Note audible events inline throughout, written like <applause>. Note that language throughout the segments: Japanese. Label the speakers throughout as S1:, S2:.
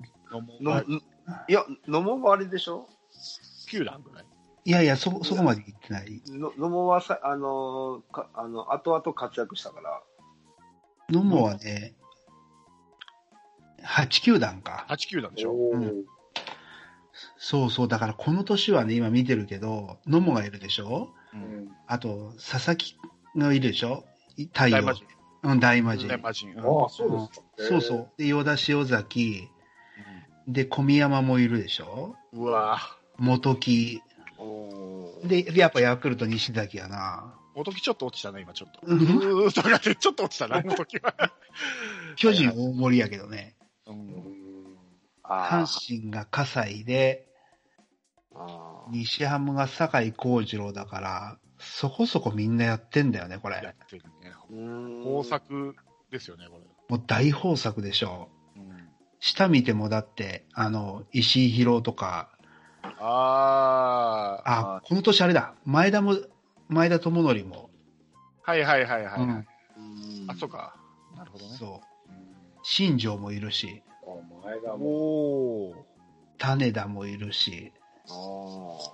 S1: 野茂
S2: の
S1: が
S2: いや、野茂はあれでしょ
S1: 9段ぐらい。
S3: いやいや、そ、そこまで行ってない。
S2: の野茂はさ、あのーか、あの、後々活躍したから、
S3: 野茂はね、8球団か。
S1: 8、9段でしょ。
S2: おー
S3: うんそうそう。だからこの年はね、今見てるけど、野茂がいるでしょ
S2: うん
S3: あと、佐々木がいるでしょ太陽。
S1: 大魔神。
S3: うん、大魔神。
S1: 大魔神。うん
S2: ああ、そうですか。
S3: そうそう。で、与田塩崎。で、小宮山もいるでしょ
S1: うんうわぁ。
S3: 元木。
S2: う。おー、
S3: で、でやっぱヤクルト西崎やな。
S1: 元木ちょっと落ちたね、今ちょっと。う
S3: う
S1: んーんとかでちょっと落ちたな、元木は。
S3: 巨人大盛りやけどね。
S1: う
S2: うんん
S3: 阪
S2: あー
S3: 神が葛西で、
S2: あー。
S3: 西ハムが酒井幸次郎だから、そこそこみんなやってんだよね、こ
S1: や
S3: れ。
S1: ってるね。
S2: うーん
S1: 豊。作ですよね、これ。
S3: もう大豊作でしょ
S1: うん
S3: う。下見てもだって、あの、石井宏とか、
S1: ああ、
S3: あ
S2: あ、
S3: この年あれだ、前田も、前田智則も、
S1: はいはいはいはい。
S3: うん
S2: うん
S1: あ、そう。か。なるほどね。
S3: そう、
S1: うん
S3: 新庄もいるし、
S2: あ前だもん。
S1: おお。
S3: 種田もいるし、
S2: ああ。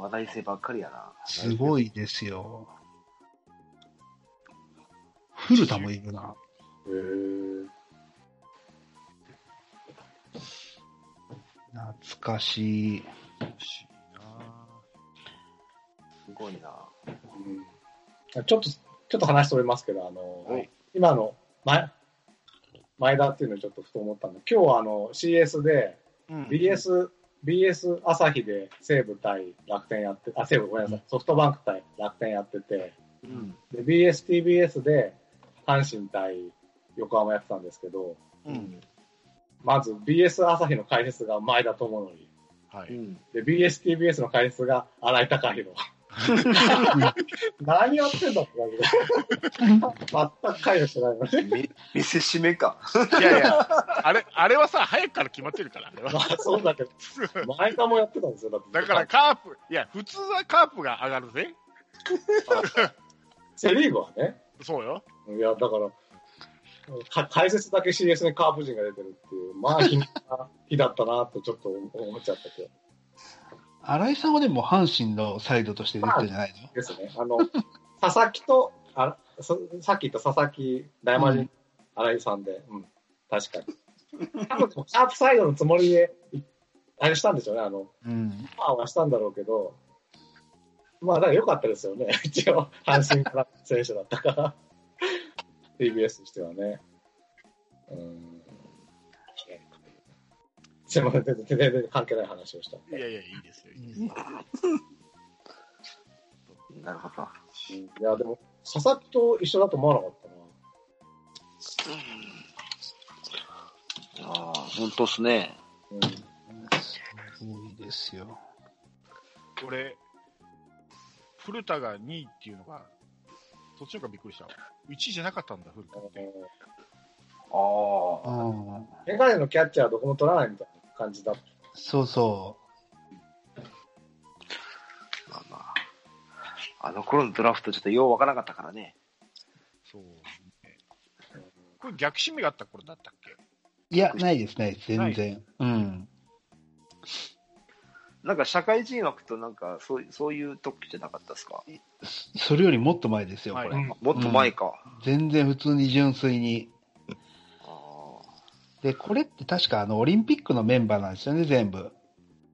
S2: 話題性ばっかりやな。
S3: すごいですよ。古田もいるな。
S2: へえ。
S3: 懐かしい。
S1: 不思議な
S2: すごいな。
S4: うんちょっと、ちょっと話それますけど、あの、
S2: はい
S4: 今の、前、前田っていうのをちょっとふと思ったんで、今日はあの、CS で、
S1: うん。
S4: BS、BS 朝日で西武対楽天やって、あ、西武ごめんなさい、ソフトバンク対楽天やってて、
S2: うん。
S4: で、BSTBS で阪神対横浜やってたんですけど、
S1: うん。
S4: まず BS 朝日の解説が前田智則。
S1: は
S2: う
S1: い。
S2: ん。
S4: で、BSTBS の解説が荒井貴
S1: <laughs>
S4: 弘。何やってんだって感じで。全く解除してないのね。
S2: め、見せしめか。
S1: いやいや、あれ、あれはさ、早くから決まってるから、あれ
S3: <laughs>
S4: ま
S1: は。
S4: あそうだけど、前田もやってたんですよ。だって
S1: だから、カープ、いや、普通はカープが上がるぜ。
S4: セ・リーグはね、
S1: そうよ。
S4: いや、だから、か解説だけ CS にカープ陣が出てるっていう、まあ、日な日だったなとちょっと思っちゃったけど、
S3: 新井さんはでも阪神のサイドとして出てるんじゃないの
S4: ですね。あの、 <laughs> 佐々木と、あそさっき言った佐々木、大魔
S3: う
S4: 神、新井さんで、うん、確かに。多分、カープサイドのつもりで、いあれしたんでしょうね、あの、
S3: うん。
S4: パーはしたんだろうけど、まあ、だから良かったですよね。 <laughs> 一応、阪神から選手だったから、TBS としてはね。うーん。すいません、全然全然関係ない話をした。
S1: いやいや、いいですよ。いいですよ
S2: なるほど。
S4: いや、でも、佐々木と一緒だと思わなかったな。
S2: ああ、本当っすね。
S4: うん、
S3: すごいですよ。
S1: 俺、古田が2位っていうのが、そっちの方がびっくりした。1位じゃなかったんだ、古田
S4: あの
S1: って。
S2: ああ。
S3: うん。
S4: メガネのキャッチャーどこも取らないみたいな感じだった。
S3: そうそ
S2: まあまあ。あの頃のドラフトちょっとようわからなかったからね。
S1: そう、ね。これ逆指名があった頃だったっけ
S3: う。いや、ないですね、全然。うん。
S2: なんか社会人枠となんか、そうそういう時じゃなかったですか、
S3: それよりもっと前ですよ、こ
S1: は
S3: れ。
S1: い
S4: うん
S2: もっと前か。
S3: 全然普通に純粋に。
S2: あ
S3: で、これって確かあの、オリンピックのメンバーなんですよね、全部。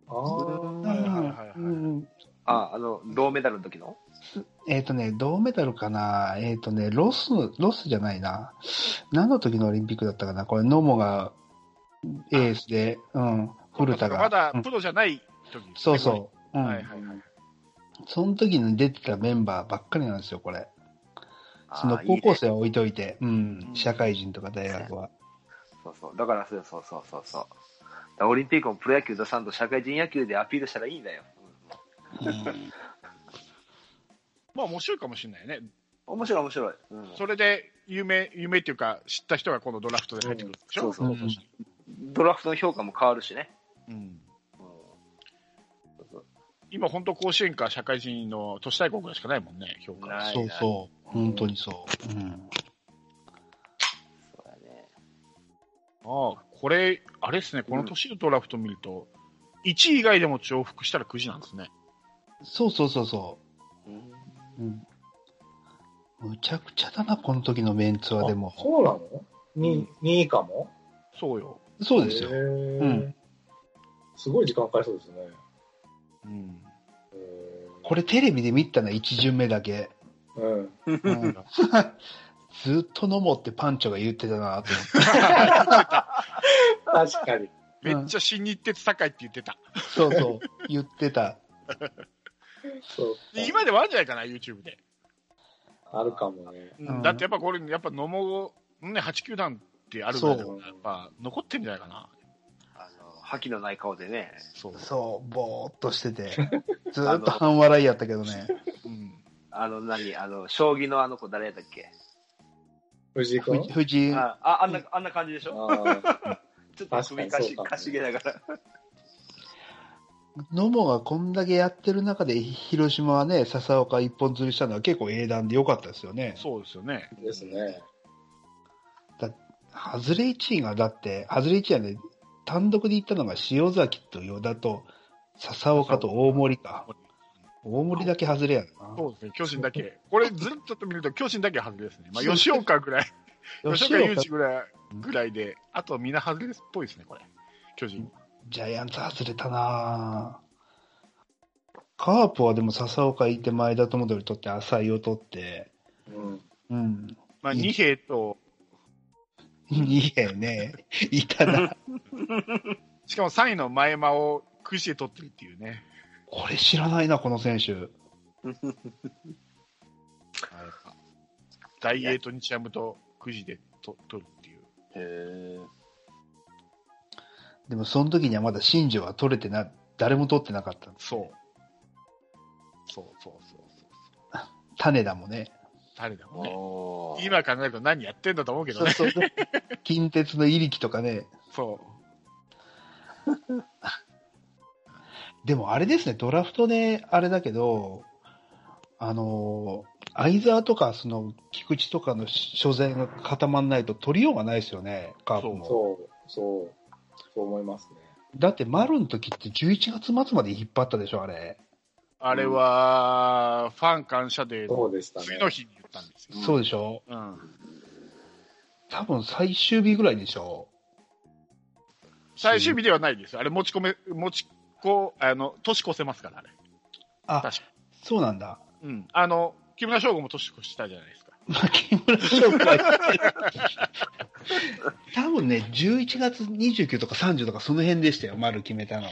S4: あ
S1: はいはい
S4: あ。
S1: はいはい
S3: うん
S2: あ。ああ、あの、銅メダルの時の
S3: えっ、とね、銅メダルかな、えっ、とね、ロス、ロスじゃないな。何の時のオリンピックだったかな、これ、野茂がエースで、うん、古田が。
S1: まだ
S3: うん
S1: プロじゃない時、
S3: そうそう。う。
S1: うんはいはいはい。
S3: その時に出てたメンバーばっかりなんですよ、これ。
S2: あ
S3: その
S2: ー
S3: 高
S2: いい
S3: 校
S2: ね
S3: 生は置いといて、うん
S1: う、ん
S3: 社会人とか大学は。
S2: そうそう。だから、そうそうそうそうそう。だからオリンピックもプロ野球出さんと社会人野球でアピールしたらいいんだよ。うん
S3: うん
S1: まあ面白いかもしれないね。
S2: 面白い面白い。うん
S1: それで、夢、夢っていうか、知った人がこのドラフトで入ってくるでし
S2: そ
S1: ょ
S2: うそう
S3: う
S2: そ
S3: ん
S2: う。ドラフトの評価も変わるしね。
S1: うん
S2: うんそうそう
S1: 今本当甲子園か社会人の都市対抗ぐらいしかないもんね、評価。
S2: ない
S3: そう
S2: ない
S3: そう、本当にそう。うん
S2: そうだね。
S1: ああ、ここれ、あれですね、この年のドラフト見ると、1位以外でも重複したら9時なんですね。
S3: そうそうそうそ
S2: うん
S3: う。うん。むちゃくちゃだな、この時のメンツはでも
S4: あ。そうなのに ?2 位かも
S1: そうよ。
S3: そうですよ
S4: へ。ー
S3: うん
S4: すごい時間かかりそうですね。
S1: うん。
S3: これテレビで見たな、一巡目だけ。
S4: れ、うん、
S3: うんずっと飲もうってパンチョが言ってたなと思って。
S4: 確かに。
S1: <laughs> めっちゃ新日鉄高いって言ってた。
S3: そうそう、言ってた。
S4: そう
S1: で今でもあるんじゃないかな、YouTube で。
S4: あるかもね。
S1: うん
S3: うん
S1: だってやっぱこれ、やっぱ野茂、ね、8球団ってあるぐらいだから、
S4: そう
S1: やっぱ残ってんじゃないかな。
S2: あの、覇気のない顔でね。
S1: そう。
S3: そう、ぼーっとしてて。ずっと半笑いやったけどね。
S1: うん。
S2: あの、何あの、将棋のあの子誰やったっけ
S4: 藤井君
S3: ふ藤井、
S2: ああ、あんな、あんな感じでしょ
S4: あ
S2: ちょっと首かし
S4: 確かにそうかもね
S2: かしげながら。
S3: 野茂がこんだけやってる中で、広島はね、笹岡一本釣りしたのは結構英断で良かったですよね。
S1: そうですよね。
S4: ーですね。
S3: 外れ1位が、だって、外れ1位はね、単独で行ったのが塩崎と与田と、笹岡と大森か。大森だけ外れやな。
S1: そうですね、巨人だけ。これ、ずっと見ると、巨人だけ外れですね。まあ、吉岡ぐらい、 <laughs> 吉岡
S3: 吉
S1: 雄
S3: 岡
S1: 一ぐらいぐらいで、あとみんな外れっぽいですね、これ。巨人。
S3: ジャイアンツ外れたなぁカープはでも笹岡いて前田智則取って浅井を取って、
S4: うん。
S3: うん。 <laughs>
S1: まあ、
S3: うん
S1: 二兵と、
S3: いえね。い
S1: <laughs>
S3: たな。
S1: しかも3位の前間をくしで取ってるっていうね。
S3: これ知らないな、この選手。
S1: 大英と日ハムとくじでと取るっていう。
S2: へえ。
S3: でもその時にはまだ新庄は取れてな、誰も取ってなかった。
S1: そう。そうそうそうそう。
S3: 種田もね。
S1: 誰だもんね。
S2: おー
S1: 今考えると何やってんだと思うけどね。
S3: そう <laughs> そう。近鉄の入力とかね。
S1: そう。
S3: でもあれですね、ドラフトであれだけど、あのー、相沢とか、その、菊池とかの所在が固まんないと取りようがないですよね、カープも。
S4: そう、そう、そう思いますね。
S3: だって、丸の時って11月末まで引っ張ったでしょ、あれ。
S1: あれは、ファン感謝デー
S4: そ
S1: の
S4: うでしたね。
S1: 次の日に言ったんですよ。
S2: うん
S3: そうでしょ
S1: うん。
S3: 多分最終日ぐらいでしょ
S1: 最終日ではないです。あれ持ち込め、持ちこ、あの、年越せますから、あれ。
S3: あ、
S1: 確か
S3: そうなんだ。
S1: うん。あの、木村翔吾も年越したじゃないですか。
S3: 牧村翔吾は <laughs> 多分ね、11月29とか30とかその辺でしたよ、丸決めたの。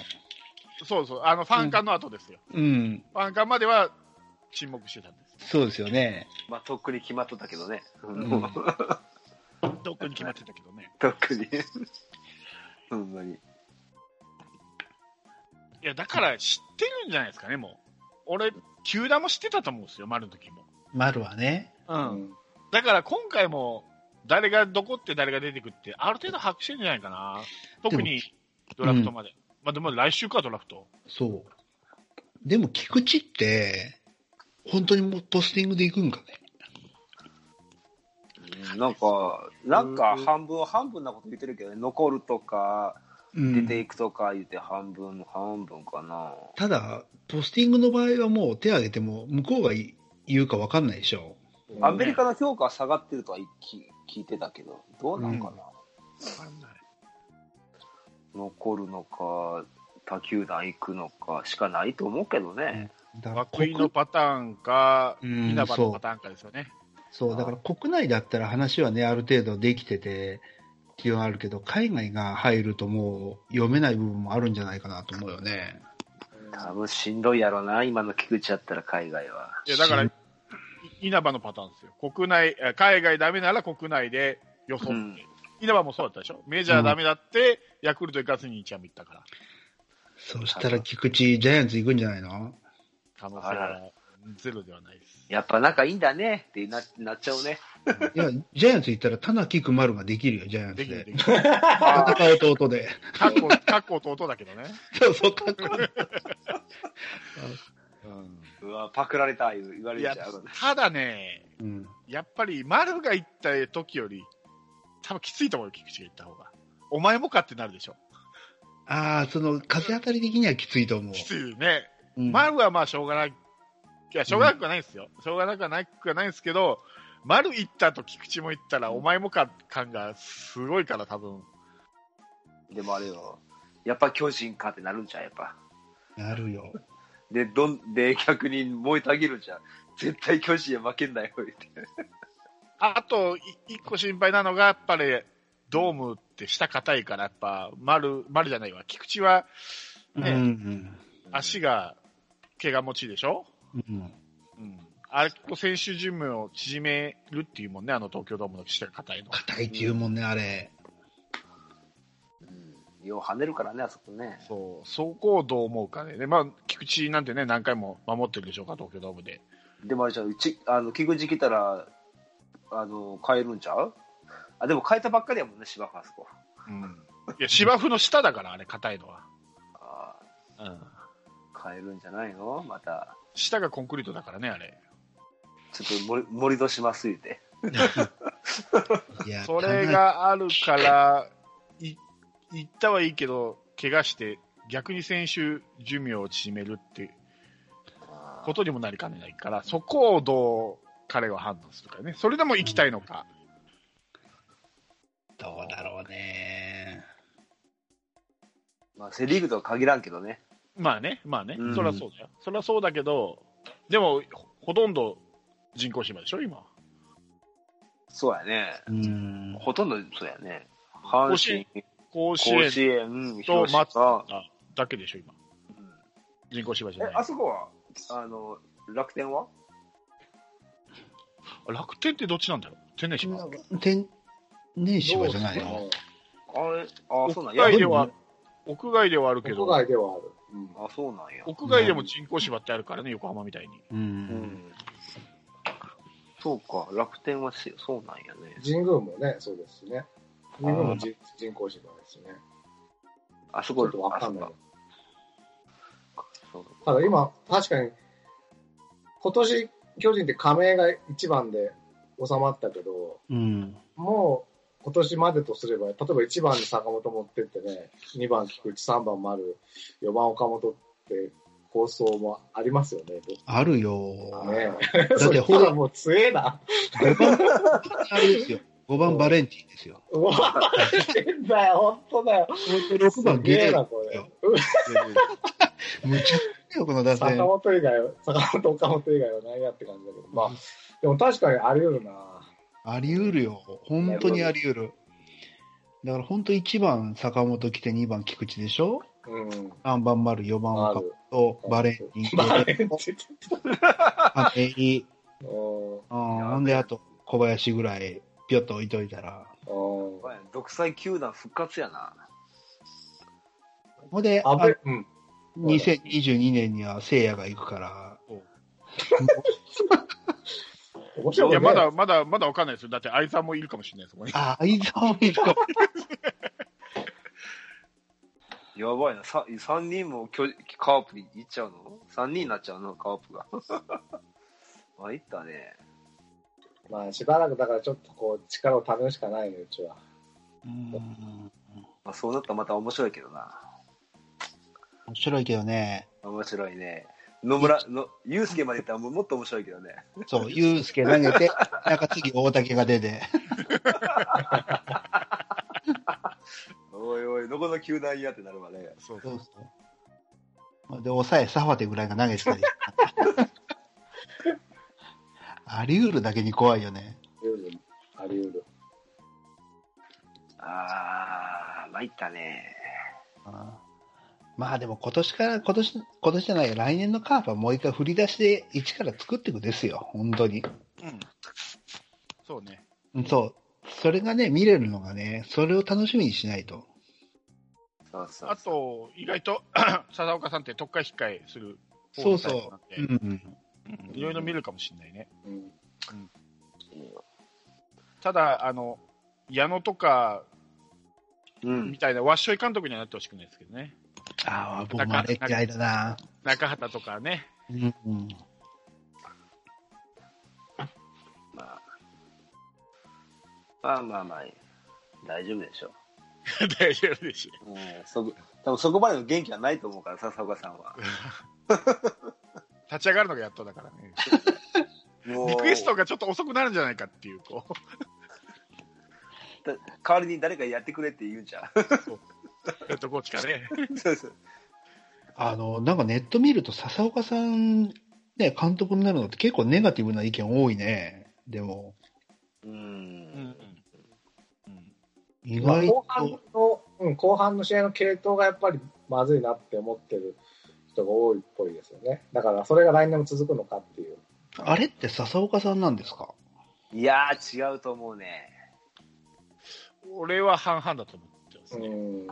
S1: そうそう。あの、ファン感の後ですよ。
S3: うん、
S1: ファン感までは沈黙してたんです。
S3: そうですよね。
S2: まあ、とっくに決まっとったけどね。 <laughs>
S3: ん
S1: どこに決まってたけどね。
S2: とっくに。 <laughs> ほんまに。
S1: いや、だから知ってるんじゃないですかね、もう。俺、球団も知ってたと思うんですよ、丸の時も。
S3: 丸はね。
S1: う。
S4: うんん。
S1: だから今回も、誰がどこって誰が出てくって、ある程度把握してるんじゃないかな。特に、ドラフトまで。まあでも来週か、ドラフト。
S3: そう。でも菊池って、本当にもうポスティングで行くんかね。
S2: なんか、なんか半分、半分なこと言ってるけどね、残るとか、出ていくとか言って半分、半分かな。
S3: ただ、ポスティングの場合はもう手挙げても向こうがい言うか分かんないでしょ。
S2: アメリカの評価は下がってるとはき聞いてたけど、どうなんかな。
S1: わかんない。
S2: 残るのか、他球団行くのかしかないと思うけどね。
S3: だから
S1: 涌井のパターンか、
S3: うん
S1: 稲葉のパターンかですよね。
S3: そう、だから国内だったら話はね、ある程度できてて、っていうのはあるけど、海外が入るともう読めない部分もあるんじゃないかなと思うよね。
S2: 多分しんどいやろな、今の菊池やったら海外は。
S1: いや、だから
S3: う、
S1: い稲葉のパターンですよ。国内、え海外ダメなら国内で予想って。
S2: うん
S1: 稲葉もそうだったでしょメジャーダメだって、ヤクルト行かずに日ハム行ったから。
S3: そしたら菊池、ジャイアンツ行くんじゃない <laughs> の
S1: 可能性
S2: あら
S1: はゼロではないです。
S2: やっぱ仲いいんだねってななっちゃうね。
S3: いや、ジャイアンツ行ったら、田中く丸ができるよ、ジャイアンツ
S1: できるで
S3: で。
S1: きる。
S3: 田中弟 <laughs> で。
S1: かっ
S2: <laughs>
S1: こ、かっこ弟だけどね。
S3: そうそう、かっこいい。
S2: うわ、パクられた言う言われ
S1: い
S2: ちゃ
S1: や
S2: う。、
S1: ただね、
S3: うん。
S1: やっぱり丸が行った時より、多分きついと思うよ、菊池が行った方が。お前もかってなるでしょ。
S3: ああ、その、風当たり的にはきついと思う。
S1: きついよね。
S3: うん
S1: 丸はまあしょうがない。いや、しょうがなくはないですよ。しょうがなくはないくはないんですけど、丸行ったと菊池も行ったら、お前もか感がすごいから、多分。
S2: でもあれよ、やっぱ巨人かってなるんじゃん、やっぱ。
S3: なるよ。
S2: で、どん、で、逆に燃えてあげるじゃん。絶対巨人は負けんなよ、言って。
S1: あと、い一個心配なのが、やっぱり、ドームって下硬いから、やっぱ、丸、丸じゃないわ。菊池は、ね
S3: うん
S1: 足が、怪我持ちでしょ
S3: うんうん
S1: うん。あれ、選手寿命を縮めるっていうもんね、あの東京ドームの下が硬いの。
S3: 硬いっていうもんね、あ <laughs> れ。
S2: うん。よう跳ねるからね、あそこね。
S1: そう、そこをどう思うかね。で、まあ、菊池なんてね、何回も守ってるでしょうか、東京ドームで。
S2: でもあれじゃん、うち、あの、菊池来たら、あの、変えるんちゃうあ、でも変えたばっかりやもんね、芝生あそこ。
S1: うん。いや、芝生の下だから、あれ、硬いのは。
S2: あ
S1: うん。
S2: ー変えるんじゃないのまた。
S1: 下がコンクリートだからね、あれ。
S2: ちょっと盛り盛り土します言うて。
S3: いや、
S1: それがあるから、い行ったはいいけど、怪我して、逆に選手寿命を縮めるって
S2: あー
S1: ことにもなりかねないから、そこをどう彼は判断するかね。それでも行きたいのか。
S3: かなり。どうだろうね。
S2: まあ、セ・リーグとは限らんけどね。
S1: まあね、まあね
S2: う、ん
S1: そりゃそうだよ。そりゃそうだけど、でも、ほほとんど人工芝でしょ、今。
S2: そうやね。
S3: うん。
S2: ほとんどそうやね。阪神、
S1: 甲子
S2: 甲
S1: 園
S2: 子園、
S1: と
S2: 広
S1: 松
S2: 島。
S1: 坂だけでしょ、今。人工芝じ
S2: え
S1: ゃない、
S2: あ。そこは、あの、楽天は
S1: 楽天ってどっちなんだろう天然芝。
S3: 天然芝じゃないの
S2: あれ、あ、そうなん
S1: 屋
S2: や。
S1: 外で
S3: い
S1: は、屋外ではあるけ
S4: 屋
S1: ど、
S4: 外ではある。うん
S2: あ、そうなんや。
S1: 屋外でも人工芝ってあるからね、横浜みたいに。
S3: う。
S2: うんん。そうか、楽天はしそうなんやね。
S4: 神宮もね、そうですしね。神宮も人人工芝ですしね。
S2: あそ
S4: ちょ
S2: こ
S4: っとわかんない
S2: あ。そうか
S4: ただ今、確かに、今年、巨人って加盟が1番で収まったけど、
S3: うん。
S4: もう今年までとすれば、例えば1番に坂本持ってってね、2番菊池、3番丸、4番岡本って構想もありますよね。
S3: あるよ。
S4: ね
S3: <laughs> だ
S4: そ
S3: って
S4: れ
S3: ほ
S4: ほ
S3: ら
S4: ら、もう強えな。
S3: あれですよ。5番バレンティンですよ。
S4: うわ、変だよ、本当だよ。
S3: 6番ゲレー
S4: すげえな、
S3: ロ。
S4: これ。 <laughs>
S3: むちゃくちゃよ、この打線
S4: 坂。本以外は、坂本、岡本以外は何やって感じだけど、まあ、でも確かにあり得るな。
S3: あり得るよ。本当にあり得る。だから本当1番坂本来て2番菊池でしょ
S4: うん。
S3: 3番丸、4番
S4: あ
S3: 岡
S4: る。
S3: 本、バレンテ
S4: バ
S3: ィ
S4: レン
S3: ン、
S4: ティン
S3: あメイ
S4: う
S3: う
S4: ん
S3: んほんであと小林ぐらいぴょっと置いといたら。
S4: うん
S2: そうやね独裁球団復活やな。
S3: ほんで、
S4: 安倍
S3: あ、
S4: うん。
S3: 2022年には聖夜が行くから。
S4: 面白い
S1: い
S4: ね
S1: や、まだ、まだ、まだわかんないですよ。だって、相沢もいるかもしれないです、そこに。
S3: あ、相沢もいるか。
S2: やばいな。さ三人も巨カープに行っちゃうの三人になっちゃうのカープが。 <laughs> まあ、行ったね。
S4: まあ、しばらくだからちょっとこう、力をためるしかないね、うちは。
S3: うん
S2: まあ、そうなったらまた面白いけどな。
S3: 面白いけどね。
S2: 面白いね。野村、の、ゆうすけまで行ったらももっと面白いけどね。
S3: <laughs> そう、ユースケ投げて、中継ぎ大竹が出て。
S2: おいおい、どこの球団やってなるわね。
S1: そう
S3: そうそう。で、抑え、サファテぐらいが投げてたり。 <laughs> あり得るだけに怖いよね。
S4: ルール、あり得る。
S2: あー、参ったね。
S3: うんまあでも今年から、今年、今年じゃない、来年のカープはもう一回振り出しで一から作っていくですよ。本当に。
S1: うん。そうね。
S3: うんそう。それがね、見れるのがね、それを楽しみにしないと。
S2: そうそう。
S1: あと、意外と、 <clears throat> 笹岡さんって特化控えする。
S3: そうそう
S1: なんで
S3: うん。
S1: うんいろいろ見るかもしれないね。
S4: うん。
S1: ただ、あの、矢野とか
S2: うん
S1: み。たいな、わっしょい監督にはなってほしくないですけどね。
S3: ああ、僕もあれ嫌いだな。
S1: 中畑とかね。 <laughs>
S3: うん。うん
S2: まあ、まあまあまあ、大丈夫でしょう。
S1: 大丈夫ですよ。
S2: うん、そこ多分そこまでの元気はないと思うから、笹岡さんは。
S1: 立ち上がるのがやっとだからね。
S2: もう
S1: リクエストがちょっと遅くなるんじゃないかっていう、こう。
S2: 代わりに誰かやってくれって言うんじゃん。
S1: ヘ <laughs> ッドコーチかね。
S2: そう <laughs> そう
S3: あの、なんかネット見ると、笹岡さん、ね、監督になるのって結構ネガティブな意見多いね。でも、
S2: う。
S1: うんん
S3: 意
S4: まあ
S3: 外
S4: 後半
S3: と、
S4: の、うん、後半の試合の系統がやっぱりまずいなって思ってる人が多いっぽいですよね。だからそれが来年も続くのかっていう。
S3: あれって笹岡さんなんですか
S2: いやー、違うと思うね。
S1: 俺は半々だと思ってます
S4: う
S1: ね。
S4: ん。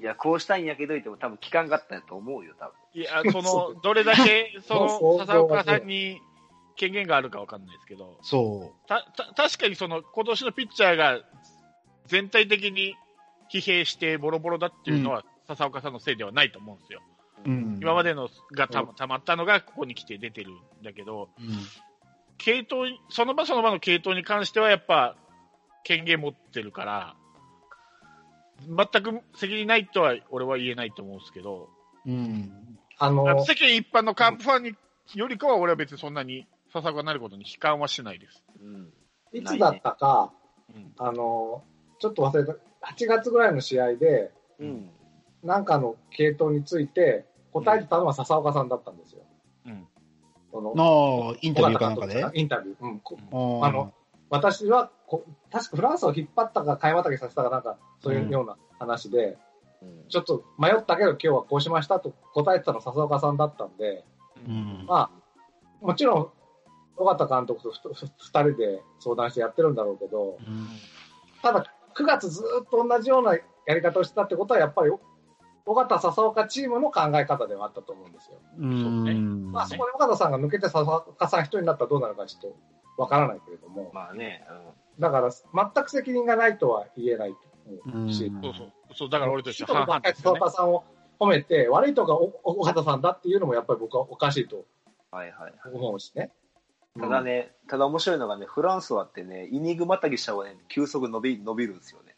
S2: いや、こうしたいんやけど、言っても多分聞かんかったんやと思うよ、多分。
S1: いや、その、どれだけ、そ
S4: そう
S1: の、笹岡さんに権限があるかわかんないですけど、
S3: そ
S1: た、た、確かにその、今年のピッチャーが全体的に疲弊してボロボロだっていうのは、笹岡さんのせいではないと思うんですよ。
S3: う。うん。
S1: 今までのがた
S4: う
S1: たまったのが、ここに来て出てるんだけど、
S3: うん、
S1: 系統に、その場その場の系統に関しては、やっぱ、権限持ってるから、全く責任ないとは、俺は言えないと思うんですけど、
S3: うん。
S4: あの、
S1: あの世間一般のカープファンによりかは、俺は別にそんなに、笹岡になることに悲観はしてないです。
S2: うん。
S4: いつだったか、
S1: うん
S4: あの、ちょっと忘れた、8月ぐらいの試合で、
S2: うん。
S4: なんかの系統について、答えてたのは笹岡さんだったんですよ。
S1: うん。
S4: その
S3: ああ、インタビューかなんかで。あ
S4: インタビュー。うん。こあ
S3: の
S4: の、私はこ、確かフランスを引っ張ったか、買い畑させたかなんか、そういうような話で、
S2: うん
S4: ちょっと迷ったけど今日はこうしましたと答えてたの笹岡さんだったんで、
S3: うん。
S4: まあ、もちろん、尾形監督と2人で相談してやってるんだろうけど、ただ、9月ずっと同じようなやり方をしてたってことは、やっぱり、尾形笹岡チームの考え方ではあったと思うんですよ。
S3: うん。うん
S4: まあ、そこで尾形さんが抜けて笹岡さん一人になったらどうなるかちょっとわからないけれども、
S2: まあね、
S4: だから、全く責任がないとは言えないと思う。
S3: うん
S1: そうそう。そう、だから俺として
S4: ちょっ
S1: は
S4: と
S1: 半々
S4: 若い
S1: ですよね
S4: 笹。岡さんを褒めて、悪いとか尾形さんだっていうのもやっぱり僕はおかしいと
S2: うん。はいはい。
S4: 思うしね。
S2: ただね、ただ面白いのがね、フランスはってね、イニングまたぎした方がね、急速伸び、伸びるんですよね。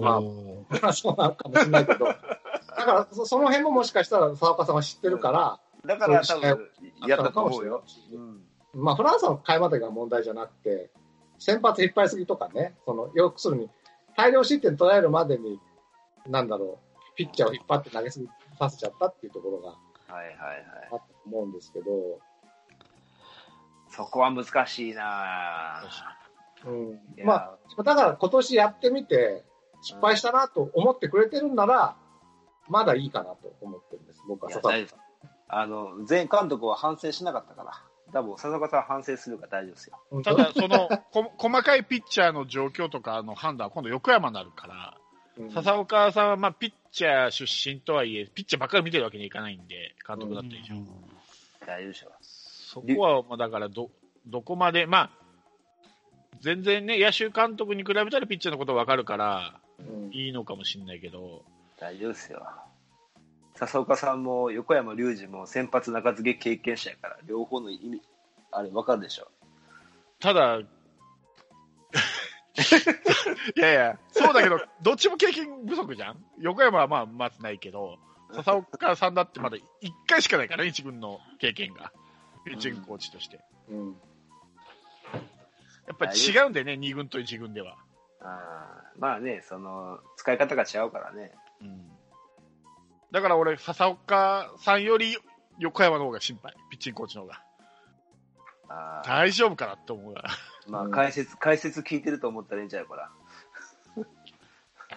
S4: まあ
S3: おー
S4: まあ <laughs> そうなのかもしれないけど、だからそその辺ももしかしたら澤岡さんは知ってるから、
S2: だから多分、やったと思うよ。
S4: そううい
S2: ん。
S4: まあ、フランスの買いまでが問題じゃなくて、先発引っ張りすぎとかね、その要するに大量失点捉えるまでに、なんだろう、ピッチャーを引っ張って投げすぎさせちゃったっていうところが
S2: はいはいはい。
S4: あったと思うんですけど、
S2: そこは難しいな
S4: う
S2: ぁ
S4: ん、まあ、だから今年やってみて、失敗したなと思ってくれてるんなら、まだいいかなと思ってるんです、僕はい
S2: や
S4: 笹岡さん
S2: 大丈夫あの、前監督は反省しなかったから。多分、笹岡さんは反省するから大丈夫ですよ。
S4: うん
S1: ただ、その、こ細かいピッチャーの状況とかの判断は今度横山になるから、
S4: うん
S1: 笹岡さんは、まあ、ピッチャー出身とはいえ、ピッチャーばっかり見てるわけにいかないんで、監督だった以上。
S2: 大丈夫でしょ。
S1: そこは、まあ、だからど、どこまで、まあ、全然ね、野手監督に比べたらピッチャーのことわかるから、
S4: うん
S1: いいのかもしれないけど、
S2: 大丈夫ですよ。笹岡さんも横山隆二も先発中継ぎ経験者やから、両方の意味、あれ分かるでしょ。
S1: ただ、 <laughs> いやいや、そうだけど、どっちも経験不足じゃん横山はまあ、まずないけど、笹岡さんだってまだ1回しかないからね、一軍の経験が。ピッチングコーチとして。
S4: うん
S1: やっぱり違うんだよね、2軍と1軍では。
S2: あーまあね、その、使い方が違うからね。
S1: だから俺、笹岡さんより横山の方が心配、ピッチングコーチの方が。
S2: あー
S1: 大丈夫かなって思うから。
S2: まあ、解説、解説聞いてると思ったらいいんじゃないこら。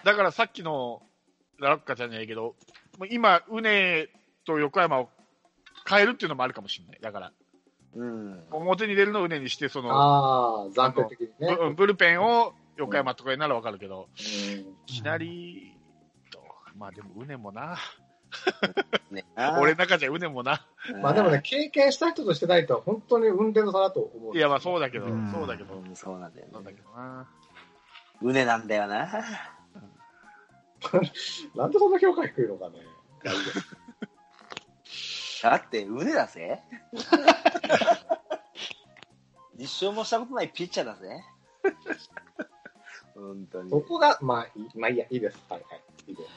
S1: だからさっきのラロッカちゃんじゃないけど、もう今、ウネと横山を変えるっていうのもあるかもしれない。だから、
S2: うん。
S1: 表に出るのをウネにして、その、
S4: ああ、暫定的に
S1: ブ
S4: ね。
S1: ブルペンを横山とかにならわかるけど、
S4: うん
S1: いきなり、とまあでもウネもな、
S2: ね、
S1: 俺の中じゃウネもな。
S4: まあでもね、、経験した人としてないと本当に運転の差だと思う。
S1: いや、まあそうだけど、
S3: うん
S1: そうだけ
S2: う
S1: ど、
S2: ん、そうなんだよ
S1: そうだ
S2: ね
S1: け。どな。
S2: うねなんだよな。
S4: なんでそんな評価低いのかね。
S2: だって、うねだぜ。 <laughs> 一生もしたことないピッチャーだぜ。本当に
S4: そ。こが、まあ、いいまあいいや、いいです。はいはい。いいです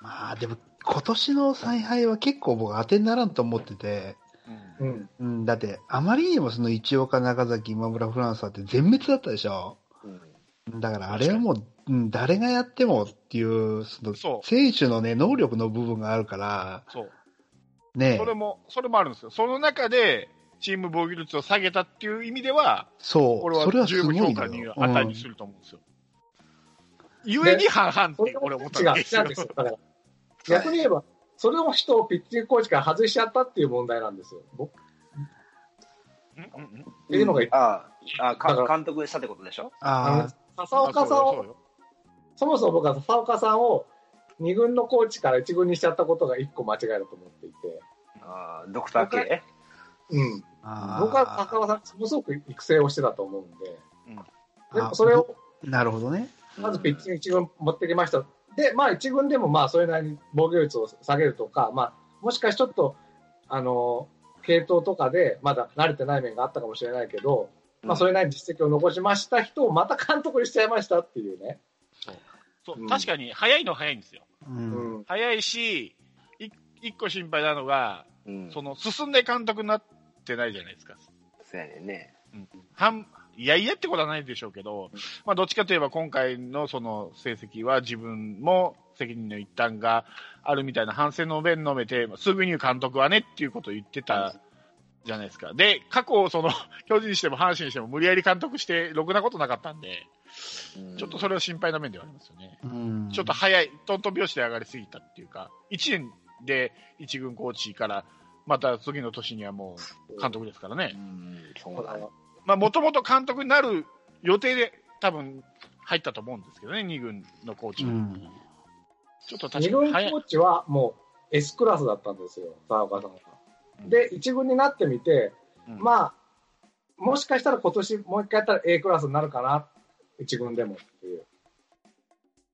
S3: まあでも、今年の采配は結構僕当てにならんと思ってて、
S1: うん
S4: うん。
S3: うん、だって、あまりにもその一岡、中崎、今村、フランサーって全滅だったでしょ。
S2: うん
S3: だからあれはもう、うん誰がやってもっていう、その
S1: そう
S3: 選手のね、能力の部分があるから、
S1: そう。
S3: ね
S1: それも、それもあるんですよ。その中で、チーム防御率を下げたっていう意味では、
S3: そう、
S1: 俺
S3: それ
S1: は
S3: はす
S1: 十
S3: ご
S1: 分
S3: いよ
S1: 評価に値にすると思うんですよ。ゆえに半々って俺思った
S4: 違
S1: ん
S4: う、
S1: です
S4: 違
S1: よ
S4: うん。ですよ。だから、逆に言えば、それを人をピッチングコーチから外しちゃったっていう問題なんですよ。僕っ
S1: うんうんうん
S4: ていうのが、
S2: あああか
S4: だから
S2: 監督したってことでしょ
S3: ああ、
S4: 笹岡さん
S1: そう
S4: を、
S1: よ
S4: そもそも僕は笹岡さんを2軍のコーチから1軍にしちゃったことが1個間違いだと思っていて、
S2: ああドクター K?
S4: うん。
S3: あー
S4: 僕は笹岡さん、ものすごく育成をしてたと思うんで、で
S3: あ
S4: もそれを
S3: なるほどね。
S4: まずピッチング一軍持ってきました。で、まあ一軍でもまあそれなりに防御率を下げるとか、まあもしかしちょっと、あの、系統とかでまだ慣れてない面があったかもしれないけど、まあそれなりに実績を残しました人をまた監督にしちゃいましたっていうね。
S1: そううん確かに、早いのは早いんですよ。
S3: う。
S4: うんん。
S1: 早いし、い一個心配なのが、
S2: うん
S1: その、進んで監督になってないじゃないですか。
S2: そうやねんね
S1: 半いやいやってことはないでしょうけど、まあ、どっちかといえば今回のその成績は自分も責任の一端があるみたいな反省の弁述べて、すぐに監督はねっていうことを言ってたじゃないですか。で、過去、その、 <laughs> 巨人にしても阪神にしても無理やり監督して、ろくなことなかったんで、
S2: うん
S1: ちょっとそれは心配な面ではありますよね。
S3: うん
S1: ちょっと早い、トントン拍子で上がりすぎたっていうか、1年で一軍コーチから、また次の年にはもう監督ですからね。
S2: うんそうだね
S4: そ
S1: まあ、もともと監督になる予定で多分入ったと思うんですけどね、2軍のコーチ
S3: う
S1: も、
S3: ん。
S1: ちょっと
S4: の二
S1: 確かに
S4: 軍コ
S1: 早い。
S4: ーチはもう S クラスだったんですよ、澤岡さんは。で、一軍になってみて、
S1: うん
S4: まあ、もしかしたら今年もう一回やったら A クラスになるかな、一軍でもっていう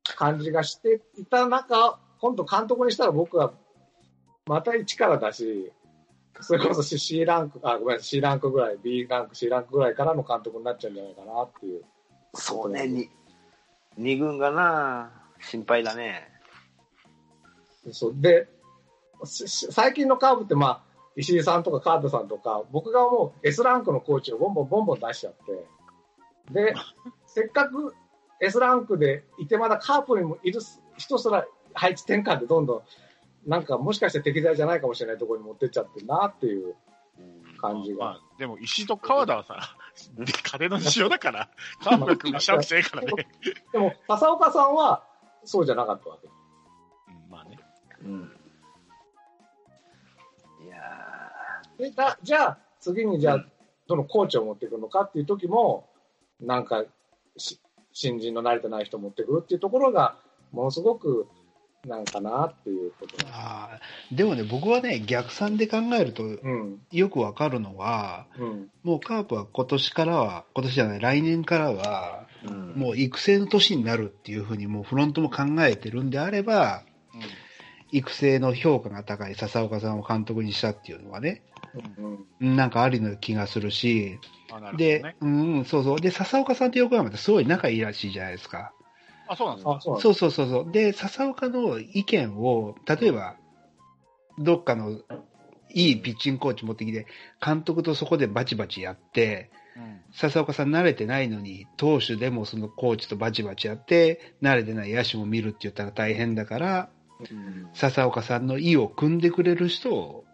S4: 感じがしていた中、今度監督にしたら僕はまた1からだし、それこそ C ランク、あ、ごめんなさい、C ランクぐらい、B ランク、C ランクぐらいからの監督になっちゃうんじゃないかなっていう。
S2: そうねに二軍がな心配だね
S4: そうで、しし最近のカーブって、まあ、石井さんとかカードさんとか、僕がもう S ランクのコーチをボンボンボンボン出しちゃって、で、せっかく S ランクでいて、まだカープにもいる人すら配置転換でどんどん、なんかもしかして適材じゃないかもしれないところに持ってっちゃってるなっていう感じ
S1: ま
S4: が。
S1: あ、でも石井と川田はさ、 <laughs> で金の事情だから、川村君がシャープしてないからね。
S4: でも、笹岡さんはそうじゃなかったわけ。
S1: うんまあね、
S2: うんいや
S4: でだじゃあ、次にじゃ
S2: う
S4: あ、どのコーチを持ってくるのかっていう時も、なんかし、新人の慣れてない人を持ってくるっていうところが、ものすごく、なんかなっていうことが。
S3: あーでもね、僕はね、逆算で考えると
S4: うん、
S3: よくわかるのは、
S4: うん、
S3: もうカープは今年からは、今年じゃない、来年からは、
S2: ーうん
S3: もう育成の年になるっていうふうに、もうフロントも考えてるんであれば、育成の評価が高い笹岡さんを監督にしたっていうのはね、
S4: うん、
S3: なんかありの気がするし、
S1: あなるほど
S3: で、
S1: ね。
S3: うん、そうそう。で、笹岡さんと横山ってすごい仲いいらしいじゃないですか。
S1: あ、そうなんですか。
S4: あ、そうなんだ
S3: そうそうそうそう。で、笹岡の意見を、例えば、どっかのいいピッチングコーチ持ってきて、監督とそこでバチバチやって、
S1: うん
S3: 笹岡さん慣れてないのに、投手でもそのコーチとバチバチやって、慣れてない野手も見るって言ったら大変だから、
S2: うん
S3: 笹岡さんの意を組んでくれる人を、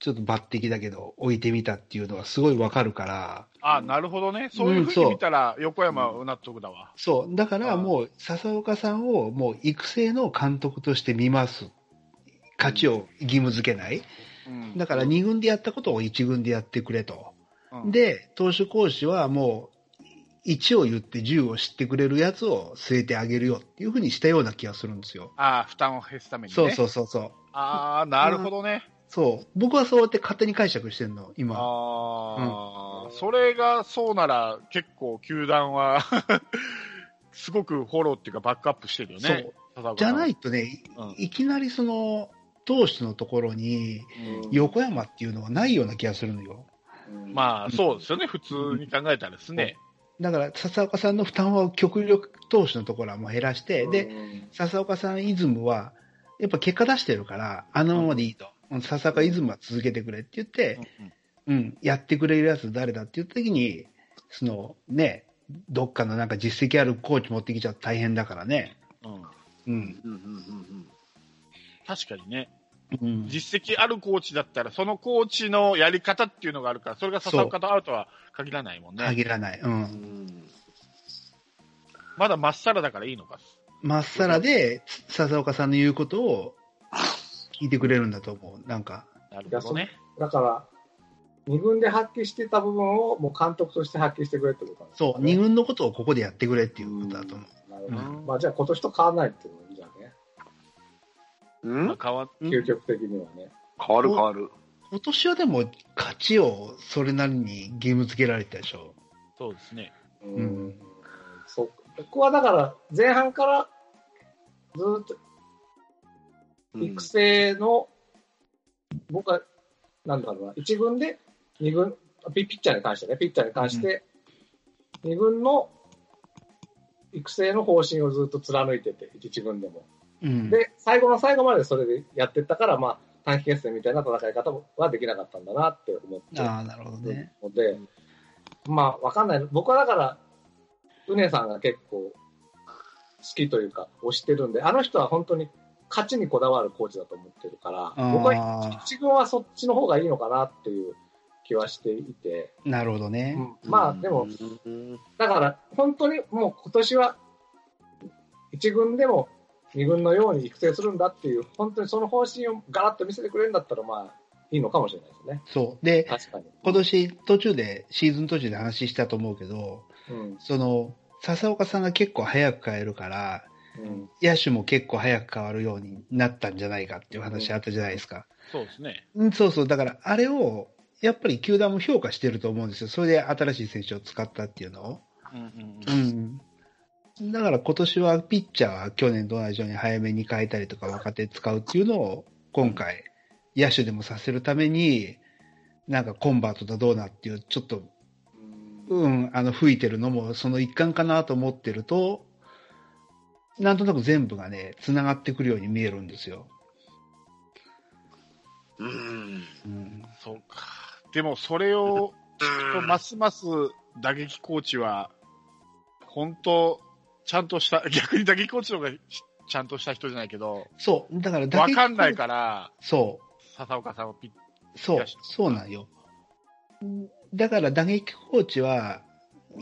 S3: ちょっと抜擢だけど置いてみたっていうのはすごいわかるから、
S1: あ、なるほどね。そういうふうに見たら、横山は納得だわ。
S3: そう、だからもう、笹岡さんをもう育成の監督として見ます。価値を義務付けない。
S1: うん
S3: だから2軍でやったことを1軍でやってくれと。
S1: うん
S3: で、投手講師はもう、1を言って10を知ってくれるやつを据えてあげるよっていうふうにしたような気がするんですよ。
S1: あ負担を減らすためにね。
S3: そうそうそうそう。
S1: ああ、なるほどね。
S3: そう。僕はそうやって勝手に解釈してるの、今。
S1: ああ、
S4: うん
S1: それがそうなら結構球団は <laughs> すごくフォローっていうかバックアップしてるよ
S3: そ
S1: ね
S3: う。
S1: 田中
S3: じ
S1: さ
S3: ゃ
S1: ん
S3: ないとね、
S1: うん
S3: いきなりその、投手のところに、
S1: うん
S3: 横山っていうのはないような気がするのよ。
S4: うん
S1: まあそうですよね、普通に考えたらですね。
S3: だから、笹岡さんの負担は極力投手のところはもう減らして、で、笹岡さんイズムは、やっぱ結果出してるから、あのままでいいと。うん笹岡イズムは続けてくれって言って、うん、やってくれるやつ誰だって言った時に、そのね、どっかのなんか実績あるコーチ持ってきちゃうと大変だからね。
S1: うんうん
S3: うん。
S2: うんうんうん
S1: 確かにね、
S3: うん、
S1: 実績あるコーチだったら、そのコーチのやり方っていうのがあるから、それが笹岡と合うとは限らないもんね。
S3: 限らない。う。
S2: うんん
S1: まだまっさらだからいいのか。
S3: まっさらで、笹岡さんの言うことを聞いてくれるんだと思う。なんか。
S1: なるほどね。
S4: だから、二軍で発揮してた部分をもう監督として発揮してくれってことなんです
S3: そう、二
S4: ね。
S3: 軍のことをここでやってくれっていうことだと思う。
S4: なるほど
S1: うん
S4: まあじゃあ今年と変わらないっていうのもいいじゃんね。
S2: うん
S1: まあ変わっ
S3: うん
S4: 究極的にはね。
S2: 変わる変わる。
S3: 今年はでも、勝ちをそれなりに義務付けられたでしょ。
S1: そうですね。
S4: うん
S3: ん
S4: そうここはだから前半からずっと
S2: うん
S4: 育成の、僕はなんだろうな一軍で二軍ピピッチャーに関してねピッチャーに関して、二軍の育成の方針をずっと貫いてて一軍でも
S3: うん。
S4: で最後の最後までそれでやってったからまあ短期決戦みたいな戦い方はできなかったんだなって思って
S3: ああ、なるほどね。
S4: ので、まあ、わかんない。僕はだから、うねさんが結構好きというか、推してるんで、あの人は本当に勝ちにこだわるコーチだと思ってるから、僕は
S3: あ
S4: 一軍はそっちの方がいいのかなっていう気はしていて、
S3: あ、なるほどね。
S4: まあでも、、
S2: うん
S4: だから本当にもう今年は一軍でも二軍のように育成するんだっていう、本当にその方針をガラッと見せてくれるんだったら、まあいいのかもしれないですね。
S3: そう。で、
S4: 確かに。
S3: 今年途中で、シーズン途中で話したと思うけど、
S4: うん。
S3: その、笹岡さんが結構早く変えるから、
S4: うん。
S3: 野手も結構早く変わるようになったんじゃないかっていう話あったじゃないですか。
S1: そうですね。
S3: うん、そうそう。だから、あれを、やっぱり球団も評価してると思うんですよ。それで新しい選手を使ったっていうのを。
S1: うんうん
S3: う
S1: うん。
S3: ん。だから今年はピッチャーは去年と同じように早めに変えたりとか若手使うっていうのを今回野手でもさせるためになんかコンバートだどうなっていうちょっとうんあの吹いてるのもその一環かなと思ってるとなんとなく全部がね繋がってくるように見えるんですよ。
S2: うん
S3: うん、
S1: そうか。でも、それを聞くと、ますます打撃コーチは、本当、ちゃんとした、 <laughs> 逆に打撃コーチの方がしちゃんとした人じゃないけど、
S3: そうだから
S1: わかんない
S3: ら
S1: から、
S3: そう
S1: 笹岡さんをピッ
S3: そ
S1: いうや、
S3: そうなんよ。だから打撃コーチは、